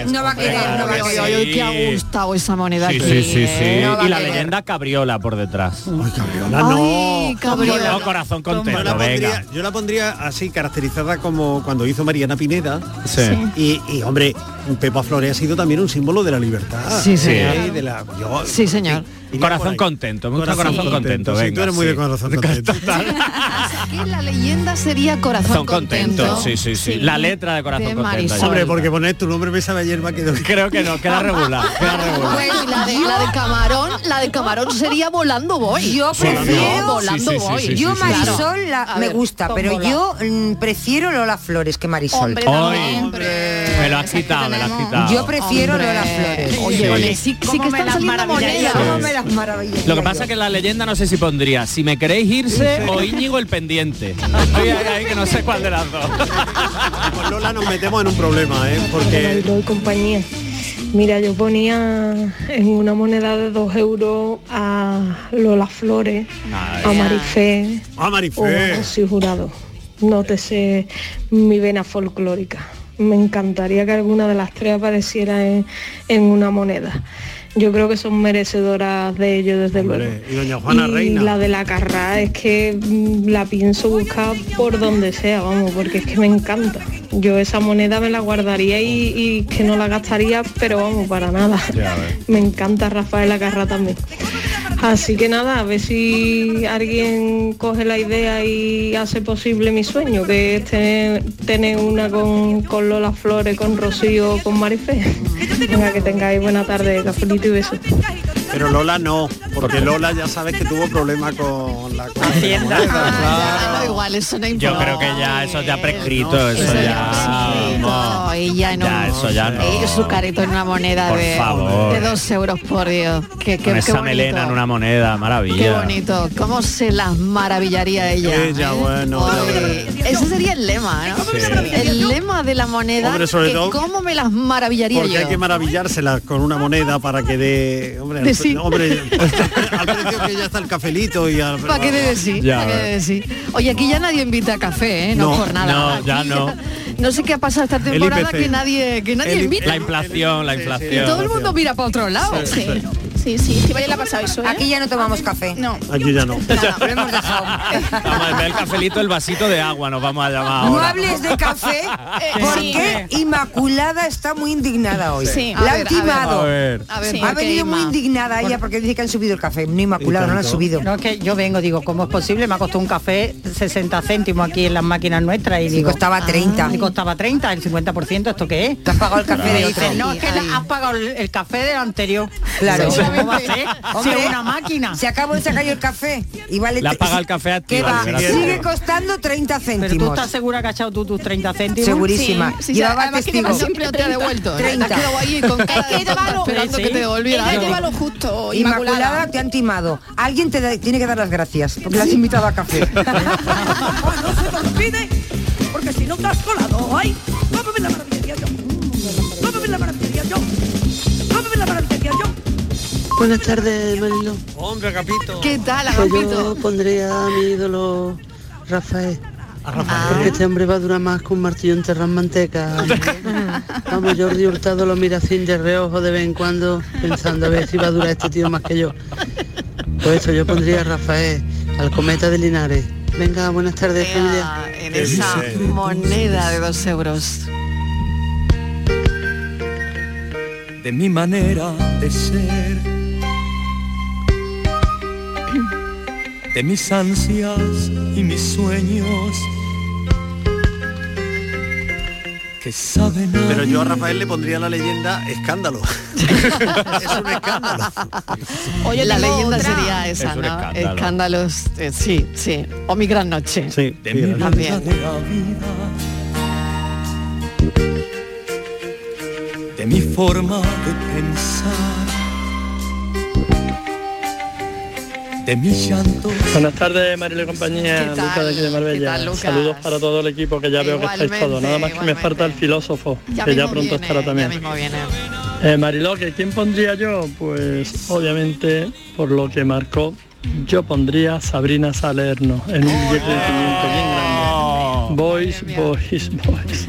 S10: No va a querer, no va a
S7: Ay,
S10: querer.
S7: ay, ay, qué ha gustado esa moneda
S9: Sí,
S7: aquí,
S9: sí, sí, sí.
S7: ¿eh? No va
S9: Y
S7: a
S9: la
S7: querer.
S9: leyenda Cabriola por detrás. Ay,
S8: Cabriola,
S7: no. Cabriola.
S9: No, corazón
S8: Yo la,
S9: contento, venga.
S8: pondría, yo la pondría así, caracterizada como cuando hizo Mariana Pineda.
S9: Sí.
S8: Y, y, hombre, Pepa Flores ha sido también un símbolo de la libertad.
S9: Sí, señor.
S8: Sí, de la- yo-
S7: Sí, señor.
S8: iría por
S9: Corazón
S8: ahí.
S9: contento, me gusta corazón, contento.
S8: sí,
S9: venga,
S8: tú eres muy
S9: sí.
S8: de corazón contento.
S7: Aquí la leyenda sería corazón
S9: Son contentos, sí, sí, sí. La letra de corazón
S7: De
S9: contento.
S7: Marisol.
S8: Hombre, porque poner tu nombre me sabe ayer va a quedar.
S9: [LAUGHS] Creo que no,
S8: [LAUGHS]
S9: queda regular, queda regular.
S7: Bueno, y la de, la de camarón, la de camarón sería volando voy.
S10: Yo prefiero
S7: volando voy.
S10: yo Marisol la-
S7: A
S10: me
S7: ver,
S10: gusta, pero
S7: tómbola.
S10: yo mm, prefiero Lola Flores que Marisol.
S9: Hombre, también, Ay, Me lo has quitado, me lo has quitado.
S10: Yo prefiero Lola Flores.
S9: Oye, oye,
S7: sí,
S10: sí que están saliendo
S9: maravillaría.
S10: ¿Cómo
S9: Sí.
S10: me las maravillas?
S9: Lo que pasa es que la leyenda no sé si pondría si me queréis irse
S10: Sí.
S9: o Íñigo el pendiente. Estoy ahí, ahí, que no sé cuál de las dos.
S8: Con Lola nos metemos en un problema, ¿eh? Porque
S18: Mariló y compañía. Mira, yo ponía en una moneda de dos euros a Lola Flores, a Marifé,
S8: A
S18: o a
S8: ah, Marifé.
S9: Oh,
S18: Rocío Jurado. No te sé mi vena folclórica. Me encantaría que alguna de las tres apareciera en, en una moneda. Yo creo que son merecedoras de ello, desde luego.
S8: Y doña Juana
S18: Y
S8: Reina.
S18: la de la carrá es que mm, la pienso buscar por donde sea, vamos, porque es que me encanta. Yo esa moneda me la guardaría y, y que no la gastaría, pero vamos, para nada. [LAUGHS] Me encanta Rafael Acarrá también. Así que nada, a ver si alguien coge la idea y hace posible mi sueño, que es tener, tener una con, con Lola Flores, con Rocío, con Marifé. Venga, que tengáis buena tarde, cafelito y besos.
S8: Pero Lola no, porque Lola ya sabes que tuvo problemas con la
S9: Ah,
S8: con la moneda, claro.
S7: Da igual, eso no
S9: Yo
S7: importa.
S9: creo que ya eso ya prescrito, eso ya. vamos.
S7: No, ella no.
S9: Ya, eso ya no.
S7: Eh, su careto en una moneda
S9: Por
S7: de,
S9: favor.
S7: de dos euros, por Dios. Qué, qué,
S9: Con
S7: qué
S9: esa
S7: bonito.
S9: melena en una moneda,
S7: Qué
S9: maravilla.
S7: bonito. ¿Cómo se las maravillaría ella?
S8: Ella, bueno, ya ves.
S7: Ese sería el lema, ¿no?
S8: Sí.
S7: El lema de la moneda.
S8: Hombre, sobre
S7: que
S8: todo-
S7: ¿Cómo me las maravillaría
S8: Porque
S7: yo?
S8: hay que maravillársela con una moneda para que dé... Hombre, al
S7: De
S8: pre-
S7: sí. [LAUGHS]
S8: hombre, al precio que ya está el cafelito y al...
S7: ¿Para qué de sí?
S8: Ya,
S7: ¿Pa' qué
S8: a ver.
S7: de sí? Oye, aquí ya nadie invita a café, ¿eh? No,
S8: No,
S7: por nada.
S9: no, ya
S7: Aquí
S9: no.
S7: No sé qué ha pasado esta temporada que nadie, que nadie invita.
S9: La inflación, la inflación.
S7: Todo el mundo mira para otro lado.
S9: Sí, sí.
S10: Sí, sí, sí, la pasado eso. Aquí ya no
S19: ¿eh?
S10: tomamos café. No.
S8: Aquí ya no.
S9: Vamos a ver el cafelito, el vasito de agua, nos vamos a llamar
S10: No
S9: ahora.
S10: hables de café
S19: [LAUGHS] Eh, sí.
S10: porque Inmaculada está muy indignada hoy.
S19: Sí.
S10: La
S19: A
S10: han
S19: ver,
S10: timado.
S19: a ver. A ver, Sí.
S10: ha
S19: ¿por qué,
S10: venido muy
S19: Inma?
S10: indignada ella porque dice que han subido el café. No Inmaculada, no la han subido.
S11: No, es que yo vengo, digo, ¿cómo es posible? Me ha costado un café 60 céntimos aquí en las máquinas nuestras y digo, ah,
S10: costaba 30.
S11: Y costaba 30, el 50%, ¿esto qué es?
S10: Te has pagado el café de otro.
S11: no, es que la- has pagado el, el café del anterior.
S10: Claro.
S11: ¿Cómo va a ser? Si
S10: Hombre,
S11: es una máquina.
S10: Se acabó de sacar yo el café y vale.
S9: Le has
S10: tre-
S9: pagado el café a ti,
S10: ¿Qué
S9: vale,
S10: va?
S9: gracias.
S10: Sigue costando 30 céntimos.
S11: Pero tú estás segura que has echado tú tus 30 céntimos.
S10: Segurísima.
S11: Sí, sí,
S10: Llevaba
S11: además que
S10: testigo.
S11: lleva siempre
S7: No te ha
S11: 30.
S7: devuelto. ¿eh? Te
S10: 30.
S7: has quedado ahí
S10: [LAUGHS]
S7: con cara
S19: Es que
S7: de
S19: lleva
S7: tonto
S19: lo-
S7: esperando
S19: Sí.
S7: que te devolviera.
S18: ¿eh?
S19: Ella
S7: algo.
S19: lleva lo justo,
S10: Inmaculada,
S19: Inmaculada.
S10: te han timado. Alguien te da- tiene que dar las gracias porque las has invitado a café.
S5: no se te olvide, porque si no te has colado, ay, vamos a ver la maravilla yo. Vamos a ver la maravilla yo. Vamos a ver la maravilla yo.
S20: Buenas tardes, Marilo.
S8: Hombre, Agapito.
S7: ¿Qué tal,
S20: Pues
S7: Agapito?
S20: yo pondría a mi ídolo Rafael. Porque este hombre va a durar más que un martillo enterrar manteca.
S7: [LAUGHS]
S20: Vamos, Jordi Hurtado lo mira sin de reojo de vez en cuando, pensando a ver si va a durar este tío más que yo. Por eso yo pondría a Rafael, al cometa de Linares. Venga, buenas tardes, familia.
S7: En
S20: ¿Qué
S7: esa
S20: dice?
S7: moneda de dos euros.
S21: de mi manera de ser, de mis ansias y mis sueños que saben. a
S8: Pero yo a
S21: mí.
S8: Rafael le pondría la leyenda
S7: [LAUGHS]
S8: escándalo.
S19: Oye,
S7: la
S19: tengo
S7: leyenda
S19: otra.
S7: sería
S8: Es
S7: esa,
S8: un
S7: ¿no?
S8: escándalo.
S7: Escándalos, eh, sí, sí. O mi gran noche.
S8: Sí,
S21: de mi vida
S7: También.
S21: de la vida, de mi forma de pensar, de mis llantos.
S22: Buenas tardes, Marilo y compañía.
S21: ¿Qué tal?
S22: Lucas de aquí de Marbella.
S21: tal, Lucas?
S22: Saludos para todo el equipo que ya veo que estáis
S21: Igualmente,
S22: todos. Nada más que me falta el filósofo,
S21: Ya
S22: que ya
S21: mismo
S22: pronto
S21: viene,
S22: estará
S21: ya
S22: también.
S21: mismo viene.
S22: Eh, Mariló, ¿que ¿quién pondría yo? Pues obviamente por lo que marcó, yo pondría a Sabrina Salerno en un billete de 500 bien grande. Boys, boys, boys.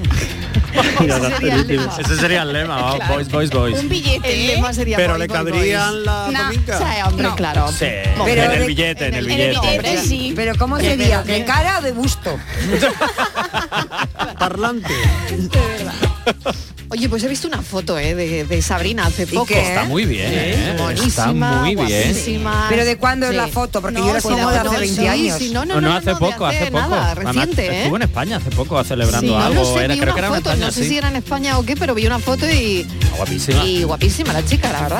S22: Y ahora
S9: sería el lema.
S22: feliz.
S9: Ese sería el
S7: [LAUGHS]
S9: lema, vamos, boys, boys, boys.
S7: Un billete. El lema sería
S9: Pero
S7: boy,
S9: le
S7: boy, boy.
S9: cabrían las
S7: Nah,
S9: dominicas.
S7: o sea, hombre, claro.
S9: Sí,
S7: Pero
S9: Eh, en el
S7: de-
S9: billete, en el
S10: En el
S9: billete.
S10: hombre, sí. Pero ¿cómo
S11: Yo creo
S10: sería?
S11: que-
S10: ¿De cara o de busto?
S8: Parlante.
S7: Oye, pues he visto una foto eh, de, de Sabrina hace poco.
S10: qué? Está
S9: muy bien, ¿eh? Está
S7: Buenísima,
S9: muy bien.
S7: guapísima.
S10: Pero ¿de cuándo es
S7: Sí.
S10: la foto? Porque
S7: No,
S10: yo la
S7: sí,
S10: pongo de
S7: no,
S10: hace
S7: no,
S10: 20
S7: sí,
S10: años.
S7: sí, no, no,
S9: No,
S7: no,
S9: hace
S7: no, de
S9: poco, hace
S7: hace
S9: poco.
S7: nada,
S9: Además,
S7: reciente, ¿eh?
S9: Estuvo en España hace poco celebrando
S7: Sí, no
S9: algo.
S7: lo sé,
S9: era,
S7: vi
S9: creo
S7: una
S9: que era en
S7: foto,
S9: España,
S7: no sé
S9: sí.
S7: si era en España o qué, pero vi una foto y,
S9: Ah, Guapísima.
S7: y guapísima la chica, la verdad.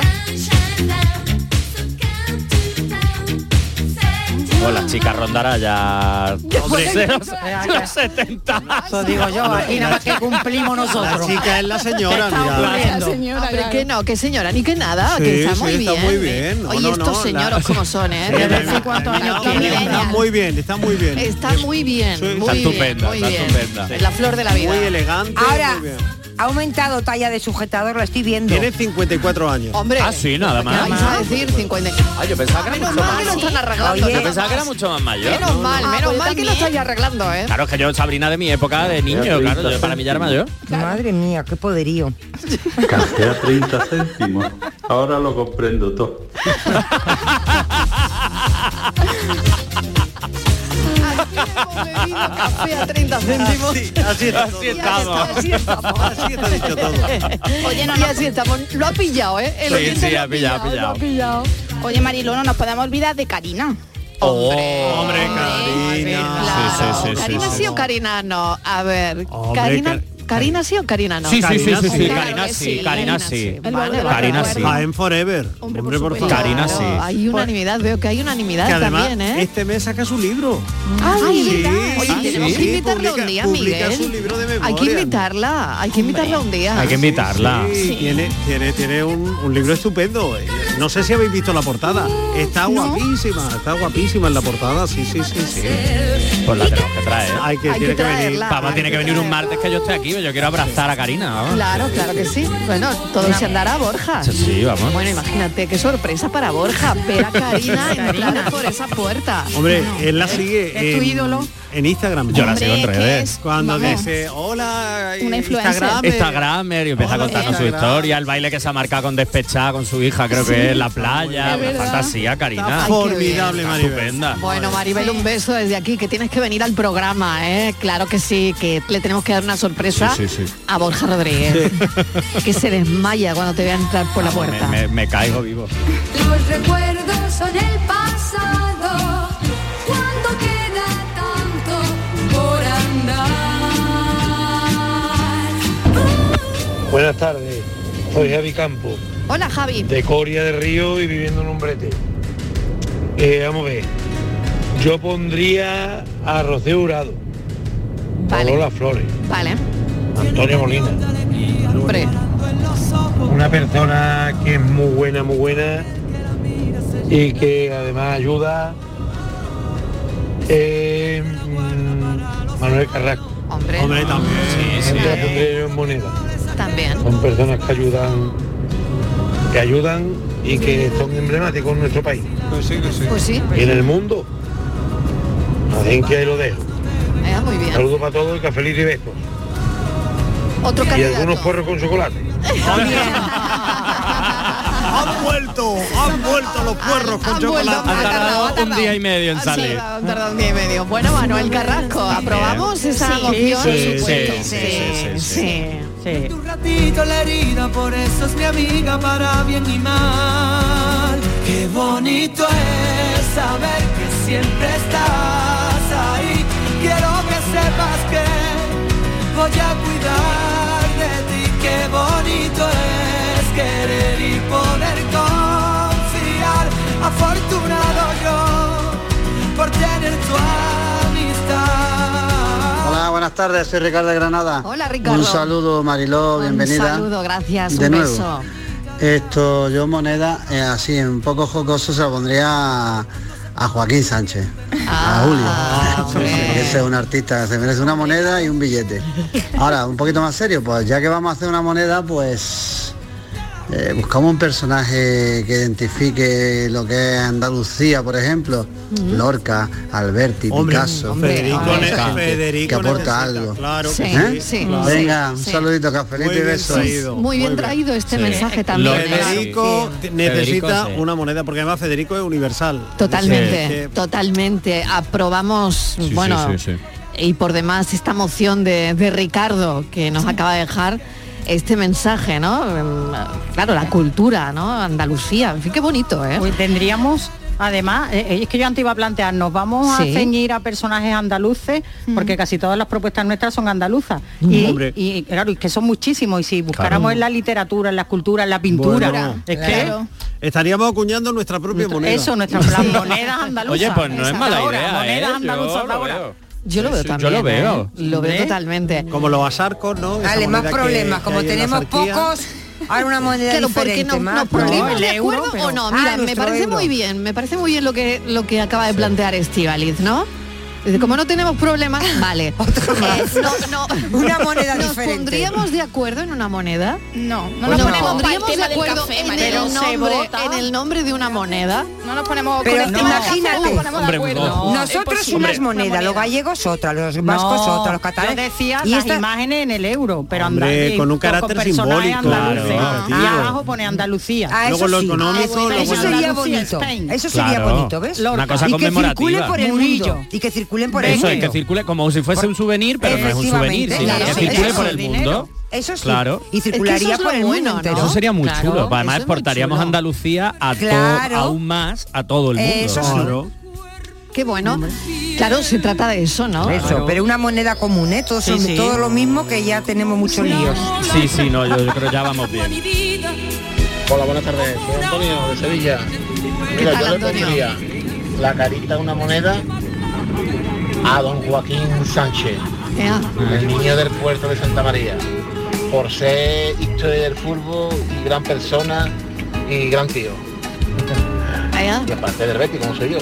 S9: O las chicas rondará
S7: [LAUGHS]
S9: ya. Hombre,
S11: pueden-
S9: los- los 70.
S11: Eso digo yo, aquí nada más que cumplimos nosotros.
S8: La chica es la señora,
S11: Está
S8: mira.
S11: ocurriendo.
S7: Hombre, Ah, que no, que señora, ni que nada,
S8: Sí,
S7: Ah, que está
S8: sí,
S7: muy
S8: está
S7: bien.
S8: muy
S7: ¿eh?
S8: bien. No,
S7: Oye,
S8: no,
S7: estos
S8: no, la-
S7: señoros como son, ¿eh?
S8: Sí, la-
S7: De decir cuántos años
S8: Está bien,
S7: tienen.
S8: está muy bien, está muy bien.
S7: Está muy bien, muy
S8: está
S7: bien,
S8: estupenda,
S7: muy
S8: está
S7: bien.
S8: estupenda.
S7: Es La flor de la vida.
S8: Muy elegante.
S10: Ahora, ha aumentado talla de sujetador, lo estoy viendo.
S8: Tiene 54 años.
S7: Hombre.
S9: Ah, sí, nada más.
S7: Vais a decir 50.
S9: Ah, yo pensaba que era
S7: Menos
S9: mucho
S7: mal
S9: más. Ah,
S7: que lo están arreglando.
S9: Yo pensaba que era mucho más mayor.
S7: Menos mal, menos
S18: pues yo
S7: mal que lo estáis arreglando, ¿eh?
S9: Claro, es que yo, Sabrina, de mi época de niño,
S23: Ya,
S9: claro,
S23: treinta.
S9: yo para mí ya era mayor.
S10: Madre mía, qué poderío.
S23: Café a 30 céntimos. Ahora lo comprendo todo.
S7: Café a 30 céntimos. Así,
S8: así
S7: estamos. Así estamos.
S18: Oye, no,
S7: Y
S18: no.
S7: así estamos. Lo ha pillado, ¿eh? El
S9: Sí,
S7: oyente
S9: sí,
S7: lo
S9: ha pillado, ha
S7: lo
S9: pillado.
S7: ha pillado.
S18: Oye, Marilón, no nos podemos olvidar de Karina.
S9: Hombre, hombre,
S7: Claro.
S9: Sí, sí, sí, sí,
S7: Karina
S9: sí.
S7: sí o Karina no. A ver,
S9: Hombre,
S7: Karina,
S9: Car-
S7: Karina sí o Karina no.
S9: Sí, sí, sí, sí, sí,
S7: Claro
S9: Karina
S7: que
S9: sí, Karina sí.
S7: Vale, vale,
S9: Karina
S7: vale.
S9: sí.
S8: Jaén Forever. Hombre, por favor.
S9: Karina sí.
S7: Hay
S9: Pues
S7: unanimidad, veo que hay unanimidad
S8: Que además,
S7: también, ¿eh?
S8: este mes saca su libro.
S7: Ay,
S8: Sí,
S7: ¿verdad? Oye,
S8: sí,
S7: tenemos
S8: sí,
S7: que invitarla
S8: publica-
S7: un día,
S8: publica
S7: Miguel.
S8: su libro de
S7: hay que
S8: memoria.
S7: invitarla, hay que invitarla un día.
S9: Hay que invitarla.
S8: Sí, Tiene, tiene, tiene un, un libro estupendo. Eh, No sé si habéis visto la portada. Está guapísima, está guapísima en la portada. Sí, sí, sí, sí.
S9: Pues la tenemos que traer.
S8: Hay que- Hay tiene que que venir. traerla,
S9: Papá
S8: hay
S9: tiene
S8: que
S9: que venir un martes que yo esté aquí, yo quiero abrazar a Karina. vamos.
S7: Claro, claro que sí. Bueno, todo se andará, Borja.
S9: Ah, Sí, sí, vamos.
S7: Bueno, imagínate, qué sorpresa para Borja.
S9: [LAUGHS]
S7: Ver a Karina entrar por esa puerta.
S8: Hombre, él la sigue
S7: es tu
S8: en,
S7: ídolo.
S8: en Instagram.
S9: Yo la sigo en Hombre, es que redes. es-
S8: Cuando
S9: vamos.
S8: dice, hola,
S18: Una influencer.
S8: Instagram.
S9: Instagramer y empieza a contarnos su historia, el baile que se ha marcado con despechada con su hija, creo
S8: Sí.
S9: que es la playa,
S7: Es verdad.
S9: fantasía, Karina.
S7: Está formidable,
S9: Está
S8: Maribel.
S9: Estupenda.
S7: Bueno, Maribel, un beso desde aquí, que tienes que venir al programa, ¿eh? Claro que sí, que le tenemos que dar una sorpresa
S9: Sí, sí, sí.
S7: a Borja
S9: [LAUGHS]
S7: Rodríguez, que se desmaya cuando te vea entrar por la puerta.
S9: Ah, Me, me- me caigo vivo.
S24: Los recuerdos son el pasado. ¿Cuánto queda tanto por andar?
S25: Buenas tardes, soy Javi Campo,
S7: Hola, Javi.
S25: de Coria de Río y viviendo en un brete. Eh, vamos a ver, yo pondría a Rocío Urado,
S7: Vale.
S25: Lola Flores,
S7: Vale,
S25: Antonio Molina,
S7: hombre.
S25: una persona que es muy buena, muy buena y que además ayuda. Eh, mm, Manuel Carrasco.
S7: Hombre,
S8: también.
S25: La pondría yo en moneda.
S7: También.
S25: son personas que ayudan que ayudan y que son emblemáticos en nuestro país
S7: Pues sí,
S25: y en el mundo así que ahí lo dejo
S7: eh, muy bien.
S25: saludos para todos y café y besos
S7: Otro
S25: y
S7: candidato.
S25: algunos porros con chocolate
S8: Han vuelto, han vuelto los puerros con chocolate.
S9: Ha tardado un día y medio en
S10: Ah,
S9: salir.
S7: Han tardado un día y medio. Bueno, Manuel Carrasco, ¿aprobamos esa moción?
S9: sí, sí,
S7: sí,
S9: sí, sí,
S7: sí.
S11: Sí.
S5: ratito la herida, por eso es mi amiga para bien y mal. Qué bonito es saber que siempre estás ahí. Quiero que sepas que voy a cuidar de ti. Qué bonito es querer y poder confiar. Afortunado yo por tener tu amistad.
S26: Hola, buenas tardes, soy Ricardo de Granada.
S7: Hola, Ricardo.
S26: Un saludo, Mariló, bienvenida.
S7: Un saludo, gracias,
S26: De
S7: un
S26: nuevo.
S7: beso.
S26: Esto, yo moneda, eh, así, un poco jocoso, se la pondría a, a Joaquín Sánchez, a Julio. [LAUGHS] Porque ese es un artista, se merece una moneda y un billete. Ahora, un poquito más serio, pues ya que vamos a hacer una moneda, pues
S18: eh, buscamos un personaje que identifique lo que es Andalucía, por ejemplo,
S1: Mm.
S18: Lorca, Alberti,
S1: Hombre,
S18: Picasso,
S1: hombre, Federico
S26: Ah,
S18: Lorca,
S1: ne-
S18: que- que
S1: Federico
S18: aporta
S1: necesita,
S18: algo.
S1: claro que
S18: ¿Eh?
S1: sí, sí, claro.
S18: Venga, un
S1: sí.
S18: saludito, cafelito
S1: Muy
S18: y
S1: bien
S18: besos.
S1: traído.
S7: Muy bien traído este mensaje también. ¿eh?
S8: Federico
S7: Sí.
S8: te- necesita
S18: Federico, sí.
S8: una moneda porque además Federico es universal.
S7: Totalmente,
S8: Es decir,
S7: totalmente. Aprobamos,
S8: sí,
S7: bueno,
S8: sí, sí.
S7: y por demás esta moción de, de Ricardo que nos acaba de dejar este mensaje, ¿no? Mm, Claro, la cultura, ¿no? Andalucía, en fin, qué bonito, ¿eh?
S11: Pues tendríamos, además, eh, eh, es que yo antes iba a plantear, nos vamos
S7: Sí.
S11: a ceñir a personajes andaluces, porque casi todas las propuestas nuestras son andaluzas.
S7: Mm.
S11: Y,
S7: Hombre.
S11: y, claro, y que son muchísimos, y si buscáramos en la literatura, en la cultura, en la pintura,
S8: Bueno,
S11: es
S8: claro. Estaríamos acuñando nuestra propia
S11: que...
S8: moneda.
S11: Eso, nuestra plan moneda andaluza.
S8: Oye, pues no es mala
S11: Ahora,
S8: idea,
S11: moneda
S8: ¿eh?
S11: andaluza
S8: Yo lo
S11: ahora.
S8: veo.
S7: Yo lo veo
S8: Sí,
S7: también.
S8: yo lo
S7: ¿eh?
S8: veo.
S7: Lo veo
S8: ¿Eh?
S7: totalmente.
S8: Como los asarcos, ¿no? Esa
S10: Dale, más
S8: moneda que-
S10: problemas.
S8: que
S10: Como
S8: hay en las
S10: tenemos
S8: arquías.
S10: pocos, ahora una moneda
S7: Claro, porque
S10: diferente.
S7: no,
S10: más,
S7: nos pondríamos de
S10: euro,
S7: acuerdo
S10: pero-
S7: o no.
S10: Ah,
S7: Mira, me
S10: nuestro
S7: parece
S10: euro.
S7: muy bien, me parece muy bien lo que lo que acaba de plantear Estivaliz, ¿no? Dice, Como no tenemos
S10: [LAUGHS]
S7: problemas, vale. Eh, no, no.
S10: Una moneda
S7: ¿Nos
S10: diferente.
S7: pondríamos de acuerdo en una moneda?
S2: No, no
S7: Pues
S2: nos
S7: nos
S2: ponemos para el
S7: pondríamos de
S2: tema del
S7: acuerdo
S2: café,
S7: en,
S2: María. Pero
S7: el
S2: se
S7: nombre,
S2: vota.
S7: en el nombre de una moneda.
S2: No nos ponemos
S10: Pero
S2: con el tema del café,
S10: este imagínate,
S2: nos ponemos de acuerdo.
S10: nosotros
S2: Imposible.
S10: unas monedas, los gallegos otras, los vascos
S11: No,
S10: otras, los catalanes.
S11: Yo decía
S10: y
S11: las
S10: esta-
S11: imágenes en el euro, pero
S8: Hombre,
S11: Andalucía.
S8: con un carácter
S11: personajes
S8: simbólico,
S11: andaluces.
S8: claro,
S11: y
S8: tío.
S11: abajo pone Andalucía.
S8: Ah, Luego eso lo sí. económico,
S11: Ah, bueno,
S8: luego-
S11: eso sería
S10: Andalucía,
S11: bonito.
S10: Spain.
S11: Eso
S10: sería
S9: Claro.
S10: bonito, ¿ves?
S9: Una cosa
S10: y que circule
S9: conmemorativa.
S10: por el
S9: Murillo.
S10: mundo. Y que circulen por el
S9: Eso es,
S10: mundo.
S9: que circule como si fuese un souvenir, pero no es un souvenir,
S10: Efectivamente,
S9: sino
S10: claro,
S9: que
S10: sí,
S9: circule
S10: eso
S9: por
S10: sí.
S9: el
S10: Dinero.
S9: mundo.
S10: Eso sí.
S9: Claro.
S10: Y circularía por el mundo entero.
S9: Eso sería muy
S10: Claro,
S9: chulo. Además
S10: eso es muy
S9: exportaríamos
S10: chulo.
S9: Andalucía a
S10: Claro.
S9: todo, aún más a todo el mundo.
S10: Eso sí. Claro.
S7: Qué bueno. Claro, se trata de eso, ¿no?
S10: Eso, pero una moneda común, ¿eh? Todos
S9: Sí,
S10: son-
S9: sí.
S10: todo lo mismo que ya tenemos muchos líos.
S9: Sí, sí, no, yo, yo creo que ya vamos bien.
S4: Hola, buenas tardes. Soy Antonio de Sevilla. Mira,
S7: tal,
S4: yo le
S7: Antonio?
S4: pondría la carita de una moneda a don Joaquín Sánchez,
S7: Ea.
S4: el niño del puerto de Santa María, por ser historia del fútbol y gran persona y gran tío.
S7: Ea.
S4: Y aparte del Betty, como soy yo.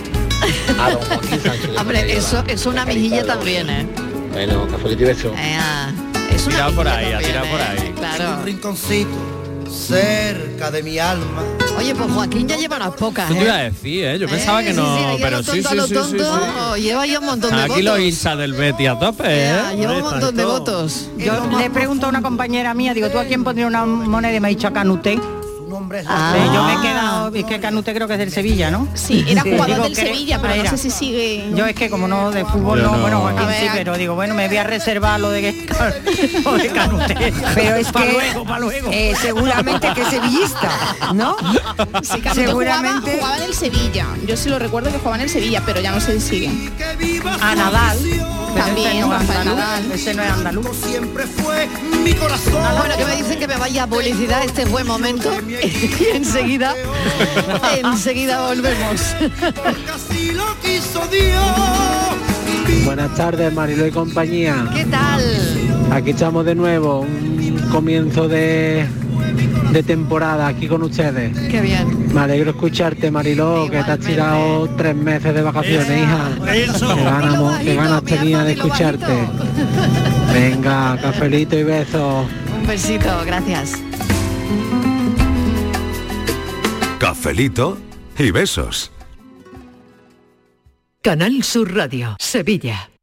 S4: A don Joaquín Sánchez. le
S7: Hombre,
S4: pondría
S7: eso
S4: la-
S7: es una mejilla también, ¿eh?
S4: Bueno, cafelito y beso.
S7: Ea. Es una
S4: Tirado por
S7: mejilla
S4: ahí, ha
S7: también,
S4: tirado por
S7: ¿eh?
S4: ahí.
S7: Claro.
S4: Un
S1: rinconcito cerca de mi alma.
S7: Oye, pues Joaquín ya lleva unas pocas.
S9: Eso te
S7: ¿eh?
S9: iba a decir, ¿eh? Yo pensaba que
S7: sí,
S9: no,
S7: sí, ahí a
S9: pero
S7: lo
S9: sí,
S7: tonto, a
S9: sí,
S7: lo
S9: sí, sí,
S7: tonto, Oh, Lleva ya un montón de
S9: Aquí
S7: votos.
S9: los hinchas del Betty a tope, ¿eh?
S7: Ya, lleva un montón de votos.
S11: Yo le pregunto a una compañera mía, digo, ¿tú a quién pondría una moneda? Y me ha dicho a Canute. Eh, yo me he quedado, es que Canute creo que es del Sevilla, ¿no?
S2: Sí, era jugador
S11: Digo,
S2: del
S11: que-
S2: Sevilla, pero
S11: era.
S2: no sé si sigue.
S11: Yo es que como no de fútbol,
S2: Yo
S11: no,
S2: no.
S11: bueno, Joaquín
S2: A ver,
S11: sí,
S2: a-
S11: pero digo, bueno, me voy a reservar lo de, que- [LAUGHS] lo de Canute.
S10: Pero es
S11: [LAUGHS] Pa'
S10: que
S11: luego, pa' luego.
S10: eh, seguramente que es sevillista, ¿no?
S2: Sí, Canute
S10: seguramente
S2: jugaba, jugaba en el Sevilla. Yo sí lo recuerdo que jugaba en el Sevilla, pero ya no sé si sigue.
S11: a Nadal. Pero
S7: este
S2: También,
S11: ese no es
S2: Rafael
S11: andaluz,
S7: ¿eh?
S2: Nadal.
S5: Este
S11: Ese no es andaluz.
S1: Siempre fue mi corazón.
S7: Bueno, que me dicen que me vaya a publicidad este buen momento [LAUGHS] y enseguida, enseguida
S1: [LAUGHS]
S7: volvemos.
S1: Así lo quiso Dios.
S6: Buenas tardes, Marilo y compañía.
S7: ¿Qué tal?
S6: Aquí estamos de nuevo, un comienzo de, de temporada aquí con ustedes.
S7: Qué bien.
S6: Me alegro escucharte, Mariló, que te has tirado tres meses de vacaciones, hija. Qué ganas, mo- qué ganas tenía de escucharte. Venga, cafelito y besos.
S7: Un besito, gracias.
S27: Cafelito y besos.
S28: Canal Sur Radio, Sevilla.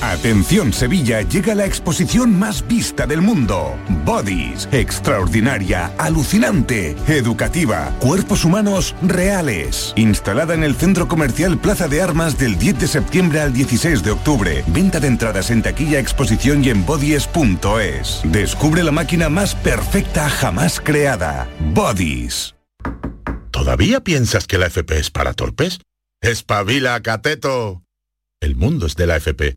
S29: Atención Sevilla, llega la exposición más vista del mundo. Bodies, extraordinaria, alucinante, educativa, cuerpos humanos reales. Instalada en el centro comercial Plaza de Armas del 10 de septiembre al 16 de octubre. Venta de entradas en taquilla exposición y en bodies.es. Descubre la máquina más perfecta jamás creada. Bodies.
S30: ¿Todavía piensas que la FP es para torpes? ¡Espabila, cateto! El mundo es de la FP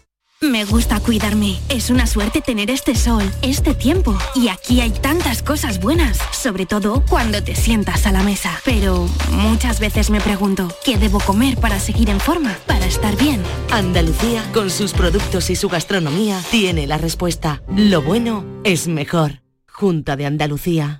S15: Me gusta cuidarme. Es una suerte tener este sol, este tiempo. Y aquí hay tantas cosas buenas, sobre todo cuando te sientas a la mesa. Pero muchas veces me pregunto, ¿qué debo comer para seguir en forma, para estar bien?
S31: Andalucía, con sus productos y su gastronomía, tiene la respuesta. Lo bueno es mejor. Junta de Andalucía.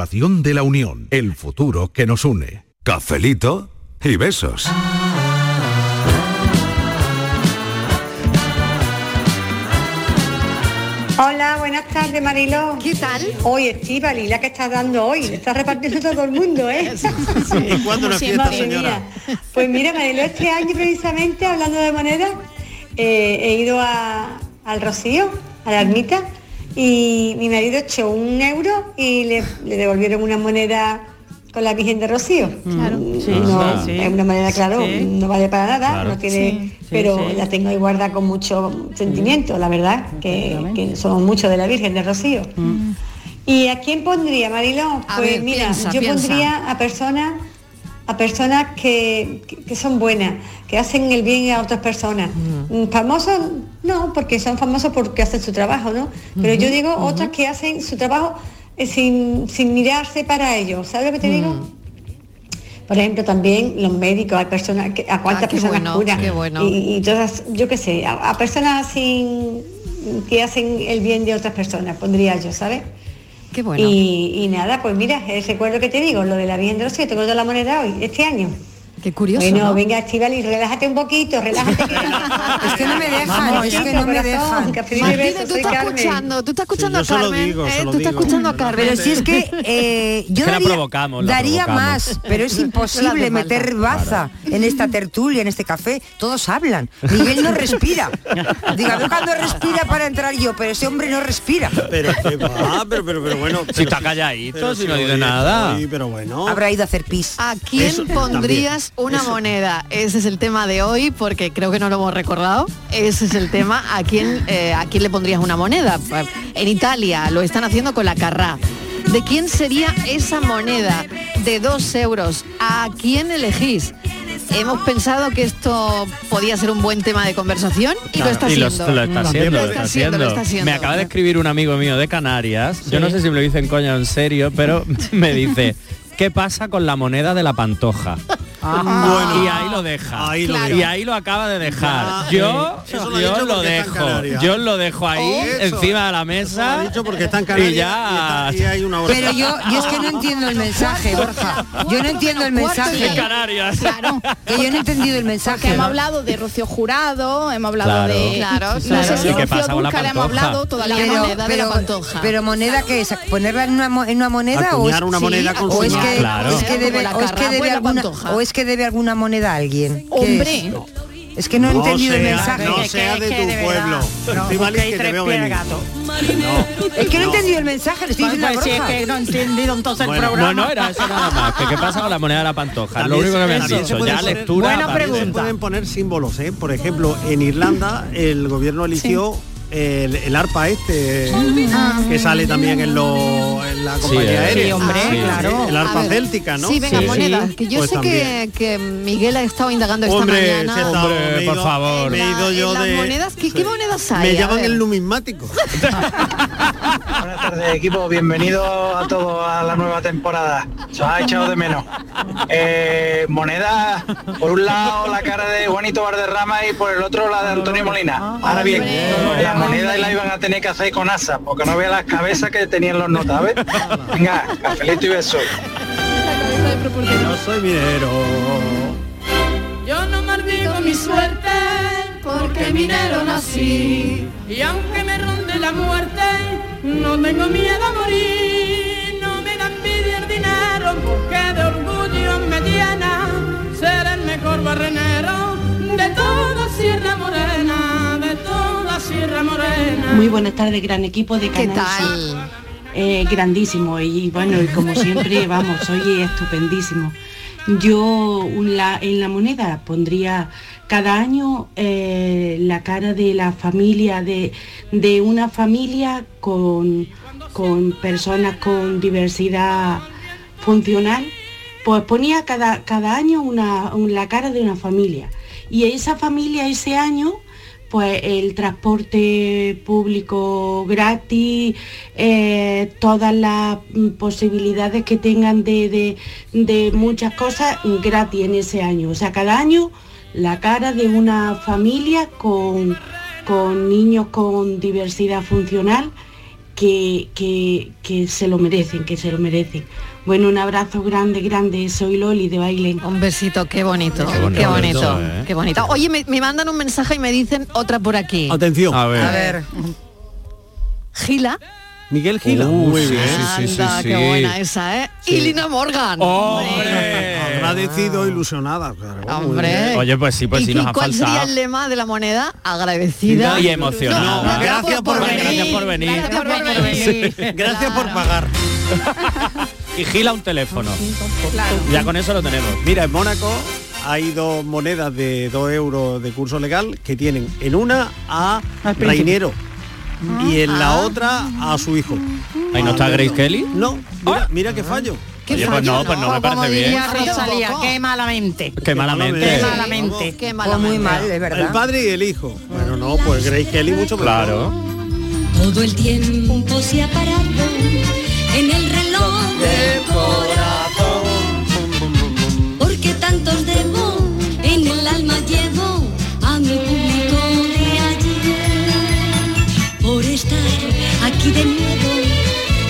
S17: de la Unión, el futuro que nos une.
S32: Cafelito y besos.
S33: Hola, buenas tardes, Mariló. ¿Qué tal? Hoy, Estiva, la que estás dando hoy. Estás repartiendo todo el mundo,
S8: [LAUGHS]
S33: ¿eh?
S8: ¿Y cuándo la fiesta,
S33: Madre
S8: señora?
S33: mía. Pues mira, Mariló, este año precisamente, hablando de moneda, eh, he ido a- al Rocío, a la ermita, y mi marido echó un euro y le, le devolvieron una moneda con la Virgen de Rocío. Mm, Claro.
S11: Sí,
S8: Ah.
S12: Ah.
S33: no,
S11: sí.
S33: Es una moneda, claro,
S11: Sí.
S33: no vale para nada,
S11: Claro.
S33: no tiene,
S11: Sí, sí,
S33: pero
S11: sí.
S33: la tengo ahí guardada con mucho sentimiento, la verdad, que, que somos muchos de la Virgen de Rocío.
S11: Mm.
S33: ¿Y a quién pondría, Marilón?
S7: A
S33: Pues
S7: ver,
S33: mira,
S7: piensa,
S33: yo
S7: piensa.
S33: pondría a personas a personas que, que- que son buenas, que hacen el bien a otras personas. Mm, Famosos, no, porque son famosos porque hacen su trabajo, ¿no? Pero yo
S34: Ujú,
S33: digo
S34: ujú.
S33: otras que hacen su trabajo eh, sin, sin mirarse para ellos. ¿Sabes lo que te digo? Por ejemplo, también los médicos, hay personas, que, a cuántas
S7: Ah, qué
S33: personas
S7: bueno,
S33: curan.
S7: qué bueno.
S33: Y, y todas, yo qué sé, a, a personas sin, que hacen el bien de otras personas, pondría yo, ¿sabes?
S7: Qué bueno.
S33: Y, y nada, pues mira, el recuerdo que te digo, lo de la Virgen de los Siete, de la moneda hoy, este año.
S7: Qué curioso.
S33: bueno,
S7: ¿no?
S33: venga, Estivali, relájate un poquito, relájate.
S7: [LAUGHS]
S33: es que no me
S7: dejan, es que no me dejan. Martina, tú estás escuchando, tú estás escuchando
S33: a Carmen.
S7: ¿eh? Tú estás escuchando a Carmen.
S10: Pero si es [LAUGHS] que eh, yo
S7: Es que la
S10: daría,
S7: provocamos, la
S10: daría
S7: provocamos.
S10: más, pero [LAUGHS] es
S7: No le
S10: imposible
S7: hace falta.
S10: meter baza en esta tertulia, en este café. Todos hablan. Miguel no respira. Diga, ver cuando respira para entrar yo, pero ese hombre no respira.
S8: Pero qué va, pero, pero, pero bueno.
S9: Si está calladito,
S8: pero
S9: si no dice
S8: oye,
S9: nada.
S8: Sí, pero bueno.
S10: Habrá ido a hacer pis.
S7: ¿A quién
S8: Eso también.
S7: pondrías una
S8: Eso.
S7: moneda? Ese es el tema de hoy, porque creo que no lo hemos recordado. Ese es el tema. ¿A quién, eh, a quién le pondrías una moneda? En Italia lo están haciendo con la carrá. ¿De quién sería esa moneda de dos euros? ¿A quién elegís? Hemos pensado que esto podía ser un buen tema de conversación y lo está
S9: y lo,
S7: haciendo.
S9: lo está haciendo, lo está
S7: lo
S9: haciendo.
S7: está haciendo.
S9: Me acaba de escribir un amigo mío de Canarias, yo no sé si me lo dice en coña o en serio, pero [LAUGHS] me dice, ¿qué pasa con la moneda de la pantoja?
S8: Bueno.
S9: y ahí lo deja.
S8: Ahí lo Claro. deja.
S9: Y ahí lo acaba de dejar.
S8: Ah,
S9: yo
S8: eso lo
S9: lo,
S8: ha dicho
S9: yo lo
S8: porque está en
S9: dejo.
S8: Canarias. Oh,
S9: Yo lo dejo ahí
S8: Eso.
S9: encima de la mesa.
S8: porque está en Canarias
S9: y ya.
S8: y está- y hay una hora.
S10: Pero yo, yo es que no entiendo el mensaje, Borja. Yo no entiendo el mensaje.
S9: En Canarias.
S10: Que yo no he entendido el mensaje.
S5: Porque hemos hablado de Rocío Jurado, hemos hablado
S10: Claro.
S5: de...
S10: Claro,
S5: no
S10: claro.
S5: sé si
S10: ¿Y qué
S5: Rocío
S10: pasa con la
S5: Dúrcal hemos
S10: pantoja?
S5: hablado todavía de
S10: Pero-
S5: la moneda de la
S10: pero-
S5: pantoja.
S10: Pero moneda que es ponerla en una, mo- en una moneda o es,
S8: Acuñar una moneda con
S10: o
S8: su
S10: es
S8: nombre.
S10: que,
S8: Claro.
S10: o es que debe,
S5: Como la
S10: o es que
S5: carrapo y
S10: debe
S5: la
S10: alguna
S5: pantoja.
S10: o es que debe alguna moneda a alguien. ¿Qué
S5: Hombre.
S10: es? Es que
S8: No
S10: no, he entendido el
S8: sea-
S10: mensaje.
S8: no
S10: Es
S8: sea
S10: es
S8: de tu
S10: verdad.
S8: pueblo.
S10: No,
S8: Estivali,
S10: porque hay
S8: que te
S10: tres
S8: veo
S10: pies al
S8: venir.
S10: gato. Es que no he entendido el mensaje, le estoy
S11: Pues,
S10: diciendo a
S11: pues, si es
S10: Borja.
S11: que no he entendido entonces el
S9: Bueno,
S11: programa.
S9: No, no, era eso nada más. Que qué pasa con la moneda de la pantoja. Lo único que me han
S8: También se
S9: dicho.
S8: pueden
S9: Ya
S8: poner-
S9: lectura. aparte.
S8: También se pueden poner símbolos, ¿eh? Por ejemplo, en Irlanda el gobierno eligió el, el arpa este,
S7: Ah.
S8: que sale también en, lo- en la
S9: Sí,
S8: compañía
S9: eh.
S8: aérea.
S9: Sí, hombre, Sí. claro.
S8: El
S7: A
S8: arpa
S7: ver,
S8: céltica, ¿no?
S7: Sí, venga, monedas. Que yo
S8: Pues
S7: sé
S8: también.
S7: que, que Miguel ha estado indagando esta
S8: Hombre,
S7: mañana.
S8: se ha estado- Hombre, me he por ido- favor. me he ido
S7: En
S8: yo
S7: las
S8: de-
S7: monedas, ¿qué, qué monedas hay?
S8: Me
S7: A
S8: llaman
S7: ver.
S8: el numismático.
S6: Buenas tardes, equipo. Bienvenidos a todos a la nueva temporada. Se os ha echado de menos. Eh, moneda, por un lado la cara de Juanito Valderrama y por el otro la de Antonio Molina. Ahora bien, la moneda la iban a tener que hacer con asa, porque no vea las cabezas que tenían los notas, ¿sabes? Venga, cafelito y beso.
S8: Yo soy minero.
S1: Yo no maldigo mi suerte porque minero nací y aunque me ronde la muerte no tengo miedo a morir. No me da envidia el dinero porque de orgullo me llena ser el mejor barrenero de toda Sierra Morena, de toda Sierra Morena.
S12: Muy buenas tardes, gran equipo de Canal Sur. Eh, grandísimo y bueno, y como siempre, vamos, hoy es estupendísimo. Yo un la- en la moneda pondría cada año eh, la cara de la familia, de, de una familia con, con personas con diversidad funcional, pues ponía cada, cada año una, un- la cara de una familia. Y esa familia ese año pues el transporte público gratis, eh, todas las mm, posibilidades que tengan de, de- de muchas cosas mm, gratis en ese año. O sea, cada año la cara de una familia con, con niños con diversidad funcional que, que- que se lo merecen, que se lo merecen. Bueno, un abrazo grande, grande. Soy Loli de Bailén.
S7: Un besito, qué bonito,
S12: qué bonito,
S7: qué bonito,
S12: ¿eh?
S7: qué bonito. Oye, me, me mandan un mensaje y me dicen otra por aquí.
S8: Atención. A
S7: A ver. Gila.
S8: Miguel Gila.
S13: Uh,
S8: Muy
S13: sí,
S8: bien.
S13: sí, sí,
S7: Anda, qué buena esa, ¿eh? Y Lina Morgan.
S9: Oh,
S8: Agradecido, ilusionada. claro, muy
S7: Hombre.
S8: bien.
S9: Oye, pues sí, pues
S7: ¿Y,
S9: sí nos
S7: y
S9: ha
S7: cuál sería
S9: faltado.
S7: el lema de la moneda? Agradecida
S9: Y emocionada.
S7: No, gracias por venir.
S9: Gracias por venir.
S7: Gracias por venir.
S8: [LAUGHS]
S9: Sí. Gracias por pagar. [LAUGHS] Y gila un teléfono. Ya con eso lo tenemos.
S8: Mira, en Mónaco hay dos monedas de 2 euros de curso legal que tienen en una a
S9: príncipe.
S8: Reinero y en la
S9: Ah.
S8: otra a su hijo. Ah,
S9: Ahí no está Grace Kelly.
S8: No, mira, mira qué fallo.
S9: ¿Qué Oye, pues fallo? no, pues no me
S11: O como
S9: parece bien.
S11: diría Rosalía, qué malamente.
S9: Qué malamente.
S11: Qué malamente.
S7: Qué
S10: Pues
S11: muy mal, de
S8: El
S11: verdad.
S8: padre y el hijo. Bueno, no, pues Grace Kelly mucho mejor.
S9: Claro.
S20: Todo el tiempo se ha parado en el reloj del corazón. Porque tantos debo en el alma llevo a mi público de ayer. Por estar aquí de nuevo,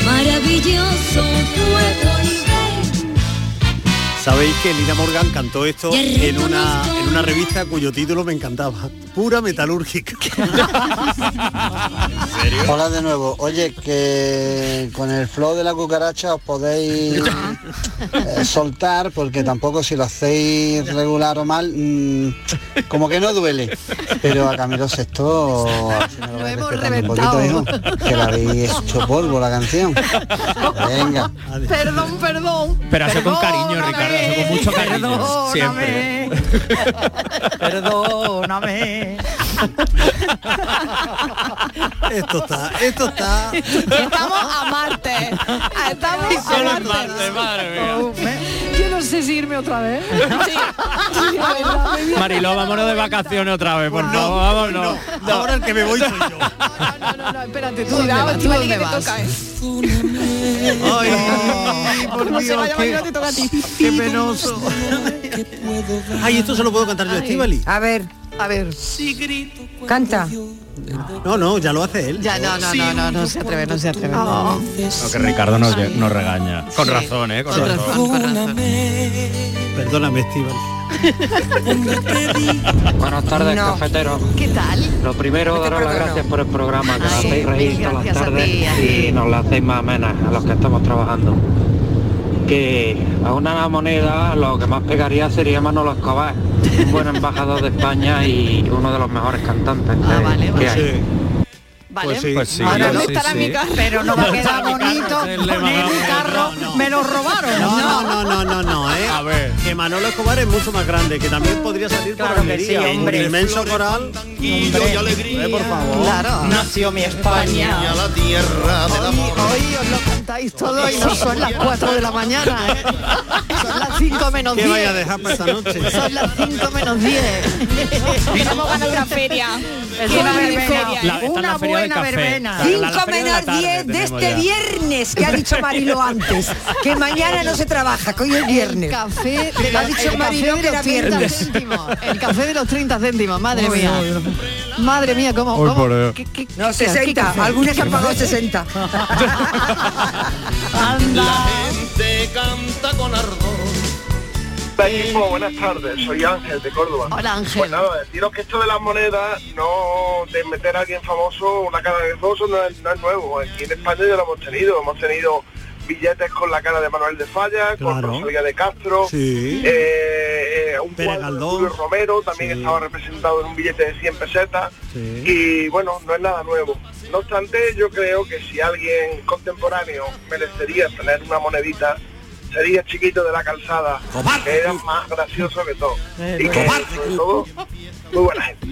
S20: maravilloso fue volver.
S8: Sabéis que Lina Morgan cantó esto en una, en una revista cuyo título me encantaba. Pura metalúrgica.
S26: Hola de nuevo. Oye, que con el flow de la cucaracha os podéis eh, soltar porque tampoco si lo hacéis regular o mal, mm, como que no duele. Pero a Camilo Sexto si me lo vais respetando un poquito, hijo, que la habéis hecho polvo la canción. Venga.
S7: Perdón, perdón.
S9: Pero hace con cariño, Ricardo, hace con mucho cariño.
S11: Perdóname.
S9: Siempre.
S11: Perdóname.
S8: Esto está, esto está.
S7: Estamos a Marte. Estamos a Marte. Yo no sé si irme otra vez. Sí. Sí, la verdad, me voy a-
S9: Mariló, vámonos de vacaciones otra vez, por favor, vámonos.
S8: Ahora el que me voy soy yo.
S7: No, no, espérate, tú
S2: Cuidado,
S7: dónde
S2: Estivali,
S7: vas?
S2: que te toca, ¿eh?
S5: este.
S8: Ay, por
S2: ¿Cómo se
S8: Dios,
S2: vaya
S8: qué-
S2: Mariló, te toca a ti.
S8: Qué penoso. Ay, esto se lo puedo cantar yo,
S11: Ay.
S8: Estivali.
S11: A ver, a ver. Canta.
S8: No, no, ya lo hace él. Oh.
S7: Ya, no, no, no, no, no se atreve, no se atreve.
S9: No, que Ricardo nos, lle- nos regaña. Con
S8: Sí.
S9: razón, ¿eh? Con
S8: Con
S9: razón.
S8: Perdóname, Estivali.
S22: Buenas tardes, cafeteros.
S7: ¿Qué tal?
S22: Lo
S33: Este
S22: primero, daros las gracias por el programa,
S33: Ah,
S22: que nos hacéis reír todas las
S7: gracias a
S22: tardes
S7: ti, a
S22: y nos la hacéis más amenas a los que estamos trabajando. Que a una moneda lo que más pegaría sería Manolo Escobar, un buen embajador de España y uno de los mejores cantantes
S33: Ah,
S22: que, que hay.
S7: Vale.
S22: Pues sí. Pues sí,
S11: Ahora
S22: sí,
S11: no estará
S22: sí.
S11: mi carro, pero no va a
S22: No
S11: quedar
S9: [LAUGHS]
S11: bonito poner un carro. Me lo robaron.
S8: No, no, no, no, no, no, eh. A ver. Que Manolo Escobar es mucho más grande, que también podría salir por
S11: Claro que
S8: Almería,
S11: sí,
S8: un
S11: hombre.
S8: inmenso coral. Hombre. Eh, por favor.
S11: Nació mi España.
S1: la tierra
S7: Hoy, hoy os lo cantáis todo y no son las 4 de la mañana. ¿eh? Son las 5 menos 10.
S8: ¿Qué vaya a dejar para esta noche?
S7: Son las 5 menos 10.
S33: Tenemos ganas de la feria.
S11: Es
S33: Quiero
S11: una
S33: ir de
S11: verbena.
S33: feria.
S11: La- está en la
S33: Una
S11: feria del
S33: buena
S11: café.
S33: verbena.
S11: Está en la- la
S10: 5
S11: feria de la
S10: menos
S11: tarde
S10: 10 de
S11: tenemos
S10: este
S11: ya.
S10: viernes, que ha dicho
S11: [LAUGHS]
S10: Marilo antes, que mañana no se trabaja, que hoy es viernes.
S7: Café de
S10: Lo ha
S7: los-
S10: dicho
S7: el
S10: Marilo que
S7: café de
S10: era
S7: los 30
S10: viernes.
S7: céntimos. El café de los 30 céntimos, madre mía. Madre mía, ¿cómo?
S10: Hoy
S7: cómo
S10: por eh. hoy.
S7: qué- qué-
S10: No,
S7: qué- qué
S10: 60,
S7: café?
S10: algunas que han pagado
S7: [LAUGHS]
S10: 60.
S5: La gente canta con ardor.
S35: Hola equipo, buenas tardes, soy Ángel de Córdoba.
S7: Hola Ángel.
S35: Pues nada, deciros que esto de las monedas, no de meter a alguien famoso, una cara de famoso no es, no es nuevo. Aquí en España ya lo hemos tenido, hemos tenido billetes con la cara de Manuel de Falla, con
S8: Claro.
S35: Rosalía de Castro,
S8: Sí.
S35: eh, eh, un
S8: Pérez
S35: cuadro de
S8: Galdós.
S35: Julio Romero también estaba representado en un billete de 100 pesetas y bueno, no es nada nuevo. No obstante, yo creo que si alguien contemporáneo merecería tener una monedita, sería chiquito de la calzada, que era más gracioso que todo.
S8: Eh,
S35: y que, sobre todo, muy buena gente.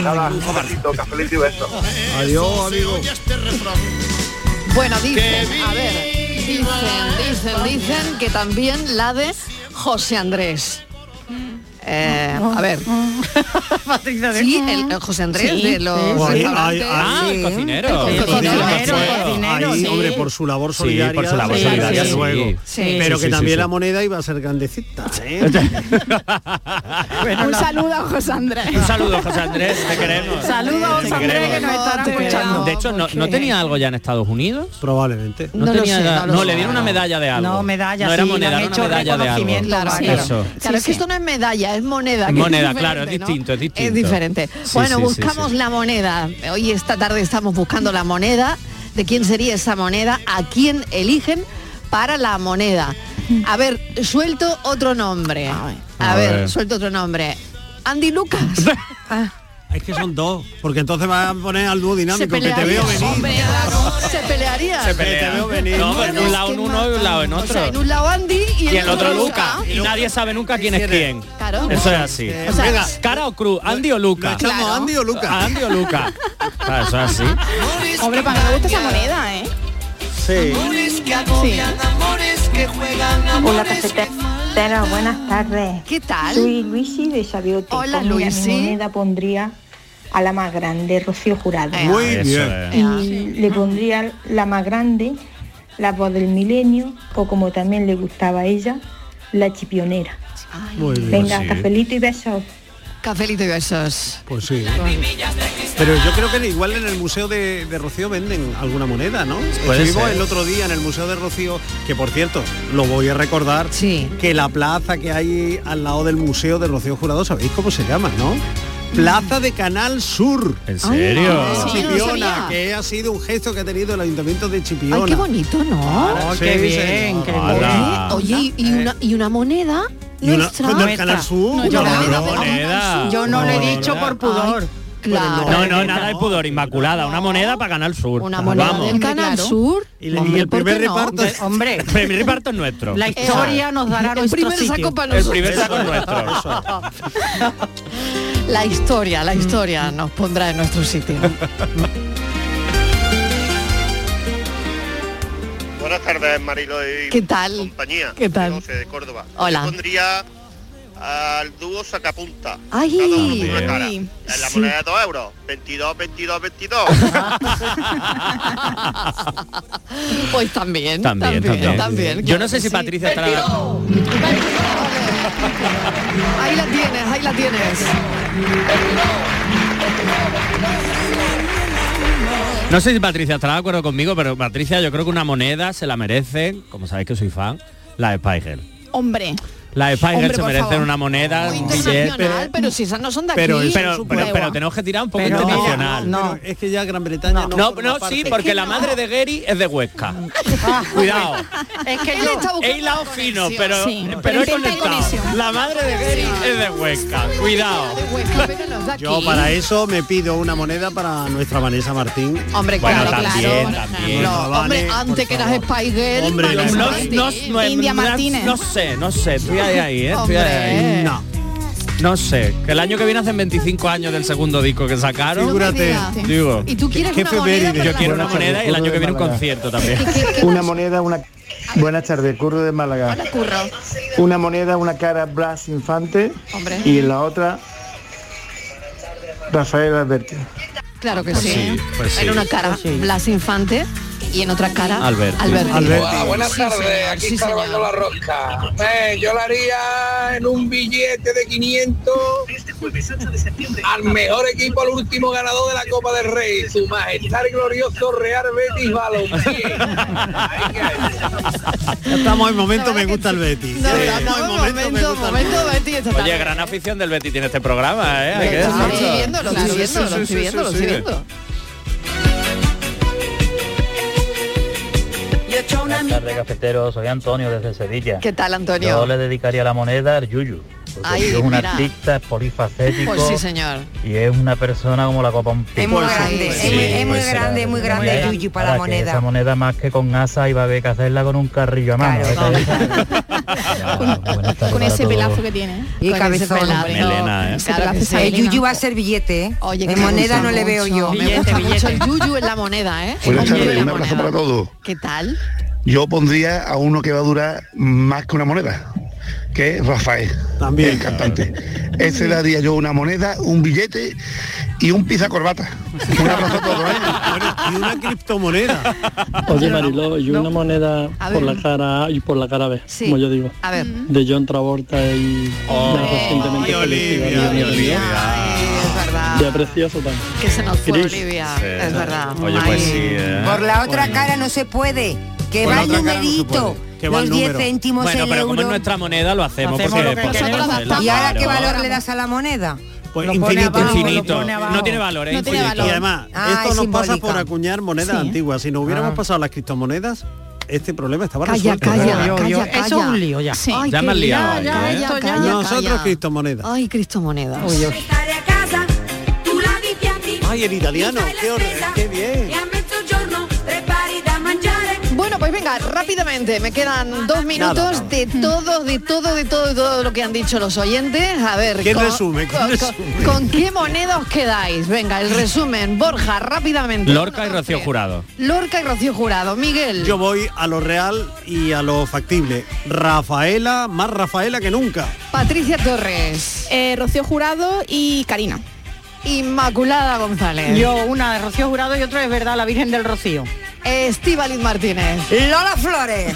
S35: Nada, un abracito, cafelito y besos.
S8: Adiós, amigo.
S7: Bueno, dicen, a ver, dicen, dicen, dicen que también la de José Andrés. Eh,
S11: Mm.
S7: a ver.
S11: [LAUGHS]
S7: Sí, el, el José Andrés
S11: Sí,
S7: de los
S11: sí, sí.
S7: restaurantes.
S8: Ay, ay,
S7: Sí.
S8: el cocinero.
S7: El cocinero,
S8: Ahí,
S7: sí.
S8: hombre, por su labor
S9: Sí,
S8: solidaria.
S9: por su labor
S8: sí,
S9: solidaria,
S8: desde
S9: sí.
S8: luego.
S9: Sí.
S8: Pero
S9: Sí,
S8: que
S9: sí,
S8: también
S9: sí,
S8: la
S9: sí.
S8: moneda iba a ser grandecita. ¿eh? [LAUGHS]
S33: Un saludo a José Andrés.
S9: Un saludo, José Andrés, te queremos.
S33: Saludos a José
S9: Te
S33: Andrés,
S9: queremos.
S33: que nos estará
S9: Te queremos.
S33: escuchando.
S9: De hecho, ¿no, ¿no tenía algo ya en Estados Unidos?
S8: Probablemente.
S9: No,
S11: No lo
S9: tenía
S11: sé,
S9: ya-
S11: no lo
S9: no,
S11: sé.
S9: le dieron una medalla de algo.
S11: No, medalla,
S9: No era
S11: sí,
S9: moneda,
S11: le han
S9: era una
S11: hecho
S9: medalla de algo.
S11: reconocimiento,
S7: Claro,
S11: sí.
S9: Eso.
S7: Claro, es que esto no es medalla, es moneda. que es
S9: Moneda, claro, es
S7: diferente, ¿no?
S9: distinto, es distinto.
S7: Es diferente.
S9: Sí,
S7: bueno,
S9: sí, sí,
S7: buscamos
S9: sí.
S7: la moneda. Hoy esta tarde estamos buscando la moneda. ¿De quién sería esa moneda? ¿A quién eligen para la moneda? A ver, suelto otro nombre. A
S8: A
S7: ver,
S8: ver.
S7: suelto otro nombre. Andy Lucas.
S8: Es que son dos, porque entonces vas a poner al dúo dinámico, que te veo venir.
S7: Hombre, claro, se pelearía.
S8: Se pelea.
S7: [LAUGHS]
S8: Te veo venir.
S9: No, pero en un lado en uno y en un lado en
S7: O sea,
S9: otro.
S7: en un lado Andy y,
S9: Y
S7: en
S9: el otro Luca. Y nadie sabe nunca quién es quién.
S7: Claro.
S9: Eso es así.
S7: Eh, O sea, venga.
S9: cara o cruz, Andy o Luca.
S8: echamos a Claro. Andy o Luca.
S9: A Andy o Luca. Ah, Eso es así.
S33: Hombre, para mí me gusta esa moneda, ¿eh?
S8: Sí.
S33: que agobian,
S5: amores que juegan,
S18: Hola cafetera, buenas tardes.
S7: ¿Qué tal?
S18: Soy Luisi de Sabiote.
S7: Hola,
S18: Pues mira,
S7: Luisi.
S18: Mi moneda pondría a la más grande, Rocío Jurado.
S8: Muy Eso bien. es.
S18: Y le pondría la más grande, la voz del milenio, o como también le gustaba a ella, la chipionera.
S8: Muy bien.
S18: Venga,
S9: Pues
S8: Sí.
S18: cafelito y besos.
S7: Cafelito y besos.
S8: Pues sí. Pero yo creo que igual en el Museo de, de Rocío venden alguna moneda, ¿no?
S9: Puede
S8: Estuvimos
S9: ser.
S8: el otro día en el Museo de Rocío, que por cierto, lo voy a recordar, que la plaza que hay al lado del Museo de Rocío Jurado, ¿sabéis cómo se llama, no? Plaza de Canal Sur.
S9: ¿En serio?
S8: De
S9: Sí, no lo
S8: Chipiona,
S9: sabía.
S8: que ha sido un gesto que ha tenido el Ayuntamiento de Chipiona.
S7: Ay, qué bonito, ¿no?
S8: Claro,
S7: Ay,
S8: sí,
S7: qué
S8: sí.
S7: bien, qué bien.
S8: Ala.
S7: Oye, y y una, y una moneda
S8: Y una-
S7: nuestra.
S8: del Nuestra. Canal Sur. No,
S7: yo
S8: no,
S7: no,
S8: no,
S7: no,
S9: moneda.
S7: no,
S11: Yo no le he dicho por pudor.
S7: Claro.
S9: No, no, nada de pudor, Inmaculada. Una moneda para ganar el sur.
S7: Una moneda del Canal Sur.
S9: Y, le- y
S7: Hombre,
S9: el
S7: ¿por
S9: primer
S7: qué no?
S9: reparto.
S7: De- hombre.
S9: El primer reparto es nuestro.
S11: La historia nos dará
S7: El
S11: nuestro
S7: primer
S11: sitio.
S7: saco para
S9: El
S7: nosotros.
S9: primer saco es nuestro.
S7: La historia, la historia nos pondrá en nuestro
S8: [LAUGHS]
S7: sitio.
S36: Buenas tardes, Marilo y
S7: ¿Qué tal?
S36: compañía.
S7: ¿Qué tal?
S36: José de Córdoba.
S7: Hola.
S36: Yo pondría al dúo sacapunta.
S7: Ay,
S36: Cada uno con una
S7: Bien.
S36: cara.
S7: sí.
S36: En la
S7: Sí.
S36: moneda de 2 euros. 22, 22, 22.
S7: [LAUGHS] Pues también.
S9: También, también. Yo no sé si Patricia estará...
S7: Ahí la tienes, ahí la tienes.
S9: No sé si Patricia estará de acuerdo conmigo, pero Patricia, yo creo que una moneda se la merece, como sabéis que soy fan, la de Spice Girl.
S33: Hombre.
S9: La de Spice Girl
S33: Hombre,
S9: se
S33: por
S9: merecen
S33: favor.
S9: una moneda, un billete.
S7: Internacional, pero si esas no son de aquí.
S9: Pero, pero,
S7: son
S9: pero,
S7: super-
S9: pero tenemos que tirar un poco
S8: Pero-
S9: internacional.
S8: No, pero es que ya Gran Bretaña no.
S9: No,
S8: forma
S9: no,
S8: parte.
S9: sí, porque la madre de Gary es de Huesca. Cuidado.
S11: Es que
S9: Él
S11: yo
S9: está buscando He hilado fino, pero,
S11: Sí,
S9: pero he
S11: intenta
S9: conectado.
S11: conexión.
S9: La madre de Gary es de Huesca. Cuidado.
S7: Pues
S8: Yo para eso me pido una moneda para nuestra Vanessa Martín.
S7: Hombre,
S8: Bueno,
S7: claro,
S8: también,
S7: claro.
S8: también.
S7: No,
S8: Vale,
S7: hombre, antes que eras Spice Girl,
S8: Hombre,
S7: Vanessa
S9: No,
S7: Martín.
S9: no, no,
S7: India
S9: no,
S7: Martínez.
S9: No sé, no sé. Estoy ahí, ahí, eh, estoy
S7: Hombre.
S9: ahí. No. No sé, que el año que viene hacen 25 años del segundo disco que sacaron.
S7: Figúrate. No me digas.
S9: Digo,
S7: ¿Y tú quieres una moneda para
S9: Yo
S7: la
S9: quiero una
S7: moneda?
S9: moneda y el año que viene un concierto también.
S7: ¿Qué- qué- qué
S37: Una moneda, una
S26: Buenas tardes, Curro de Málaga.
S13: Curro.
S26: Una moneda, una cara Blas Infante
S13: Hombre.
S26: y la otra Rafael Alberti.
S7: Claro que
S26: Pues
S7: sí.
S26: sí, pues
S7: En
S26: sí.
S7: una cara
S26: Pues sí.
S7: Blas Infante y en otra cara
S9: Alberti.
S7: Alberti.
S9: Alberti.
S7: Sí,
S14: buenas tardes,
S7: señor,
S14: aquí
S7: sí,
S14: está
S7: señor.
S14: lavando la rosca. Eh, yo la haría en un billete de 500 al mejor equipo, al último ganador de la Copa del Rey, su majestad el glorioso Real Betis Balompié.
S8: Estamos en momento me gusta el Betis.
S9: No,
S8: Sí.
S9: no,
S8: Estamos en momento me gusta el Betis.
S9: Oye, gran afición del Betty tiene este programa, ¿eh? Hay que
S8: Claro.
S9: decirlo.
S8: Sí, viéndolo,
S9: Sí,
S8: claro,
S9: sí,
S8: viéndolo,
S9: sí,
S8: estoy
S9: sí,
S8: viéndolo,
S9: sí,
S8: estoy
S9: sí.
S8: viendo.
S23: Buenas tardes, cafeteros. Soy Antonio desde Sevilla.
S7: ¿Qué tal, Antonio?
S23: Yo le dedicaría la moneda al Yuyu. Porque
S7: Ay,
S23: el Yuyu es un
S7: mira.
S23: artista, es polifacético.
S7: Pues sí, señor.
S23: Y es una persona como la copa un
S7: Es muy grande, es muy- es muy grande,
S23: es
S7: muy grande el Yuyu para la moneda.
S23: Esa moneda más que con asa iba a haber que hacerla con un carrillo a mano. ¿eh? [LAUGHS]
S13: Con ese pelazo que tiene. ¿eh?
S10: Y
S13: Con ese
S10: cabezón.
S13: pelazo.
S23: Melena, ¿eh?
S13: Ese pelazo es
S10: El
S13: melena.
S10: Yuyu va a ser billete, ¿eh?
S7: Oye,
S10: En
S7: que me
S10: moneda
S7: gusta
S10: no le veo yo.
S7: mucho. Me gusta mucho el yuyu en la moneda, ¿eh?
S37: Buenas
S7: El yuyu
S37: tardes,
S7: en
S37: un
S7: la moneda.
S37: abrazo para todos.
S7: ¿Qué tal?
S37: Yo pondría a uno que va a durar más que una moneda, que es Rafael, También. el cantante. Ese le daría yo una moneda, un billete y un pizza corbata. Un abrazo a todos. ¿eh?
S8: Y una criptomoneda.
S22: Oye Mariló, y una moneda por la cara A y por la cara B, como yo digo.
S7: A ver.
S22: De John Travolta y la recientemente fallecida Olivia Rodrigo. Ya precioso también.
S7: Que se nos fue
S22: Gris.
S7: Olivia.
S22: Sí.
S7: Es verdad.
S22: Oye,
S7: Ay.
S22: pues sí, ¿eh?
S10: Por la otra
S9: Bueno.
S10: cara no se puede. Que
S9: Por la
S10: va el
S9: otra cara no se
S10: numerito.
S9: puede. Que va el
S10: Los 10
S9: número.
S10: céntimos
S9: Bueno,
S10: el
S9: pero como es
S10: euro.
S9: nuestra moneda lo hacemos,
S10: Hacemos
S9: porque,
S10: lo que
S9: porque
S10: queremos.
S9: tenemos el
S10: ¿Y ahora qué
S9: claro.
S10: valor le das a la moneda?
S8: Pues
S10: Lo pone
S8: infinito,
S10: abajo, lo
S8: infinito.
S10: pone abajo.
S9: No tiene valor,
S10: ¿eh? No tiene
S8: Y
S10: valor.
S8: además,
S10: Ah,
S8: esto
S10: es
S8: nos pasa
S10: simbólica.
S8: por acuñar monedas
S10: Sí.
S8: antiguas. Si no hubiéramos
S10: Ah.
S8: pasado las criptomonedas, este problema estaba
S10: Calla,
S8: resuelto.
S10: calla,
S8: ¿verdad?
S10: Yo, yo, yo, calla, eso es un lío
S7: ya. Sí.
S10: Ay, Ya me
S7: has liado, ya, ya,
S9: ¿eh?
S7: esto ya. calla,
S8: Nosotros
S7: calla.
S8: criptomonedas.
S7: Ay, Cristo Moneda.
S8: Ay, el italiano, qué horror, qué bien.
S7: Bueno, pues venga, rápidamente, me quedan dos minutos
S8: Ah, Nada,
S7: de todo, de todo, de todo, de todo lo que han dicho los oyentes. A ver,
S8: ¿Quién
S7: con,
S8: resume? ¿Quién
S7: con- con-
S8: resume?
S7: ¿con qué moneda os quedáis? Venga, el resumen, Borja, rápidamente.
S9: Lorca y Rocío Jurado.
S7: Lorca y Rocío Jurado, Miguel.
S8: Yo voy a lo real y a lo factible. Rafaela, más Rafaela que nunca.
S7: Patricia Torres.
S13: Eh, Rocío Jurado y Karina.
S7: Inmaculada González.
S11: Yo una de Rocío Jurado y otra es verdad, la Virgen del Rocío.
S7: Estíbaliz Martínez.
S10: Lola Flores.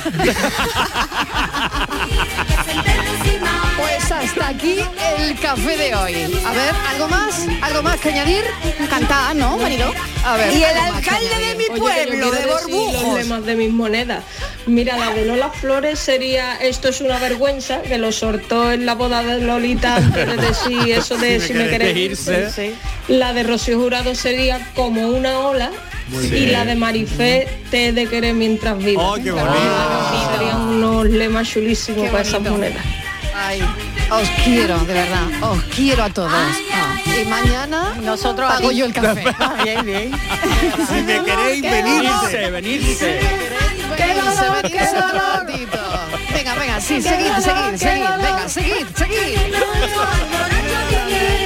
S7: Pues hasta aquí el café de hoy. A ver, ¿algo más? ¿Algo más que añadir? Cantada, ¿no, Mariló? A ver.
S10: Y el
S7: ¿algo más que
S10: alcalde
S7: añadir?
S10: de mi pueblo, de
S18: Los
S10: Borbujos.
S18: lemas de mis monedas. Mira, la de Lola Flores sería esto es una vergüenza, que lo sortó en la boda de Lolita antes de
S10: [LAUGHS]
S18: decir eso de si me queréis
S23: irse.
S18: Sí. La de Rocío Jurado sería como una ola.
S23: Muy
S18: y
S23: bien.
S18: la de Marifé, te he de querer mientras vivas.
S23: Oh, qué
S18: La verdad
S23: bonito.
S18: que sí, Serían unos lemas chulísimos
S7: Qué
S18: para esas
S7: bonito.
S18: monedas.
S7: Ay, os quiero, de verdad. Os quiero a todos. Ah, Y mañana nosotros pago yo
S10: [LAUGHS]
S7: el café.
S11: bien, bien.
S8: Si me queréis,
S9: Venirse, venirse.
S7: Venirse, venirse un ratito. Venga, venga, sí, seguid, seguid, seguid. Venga, seguid, seguid.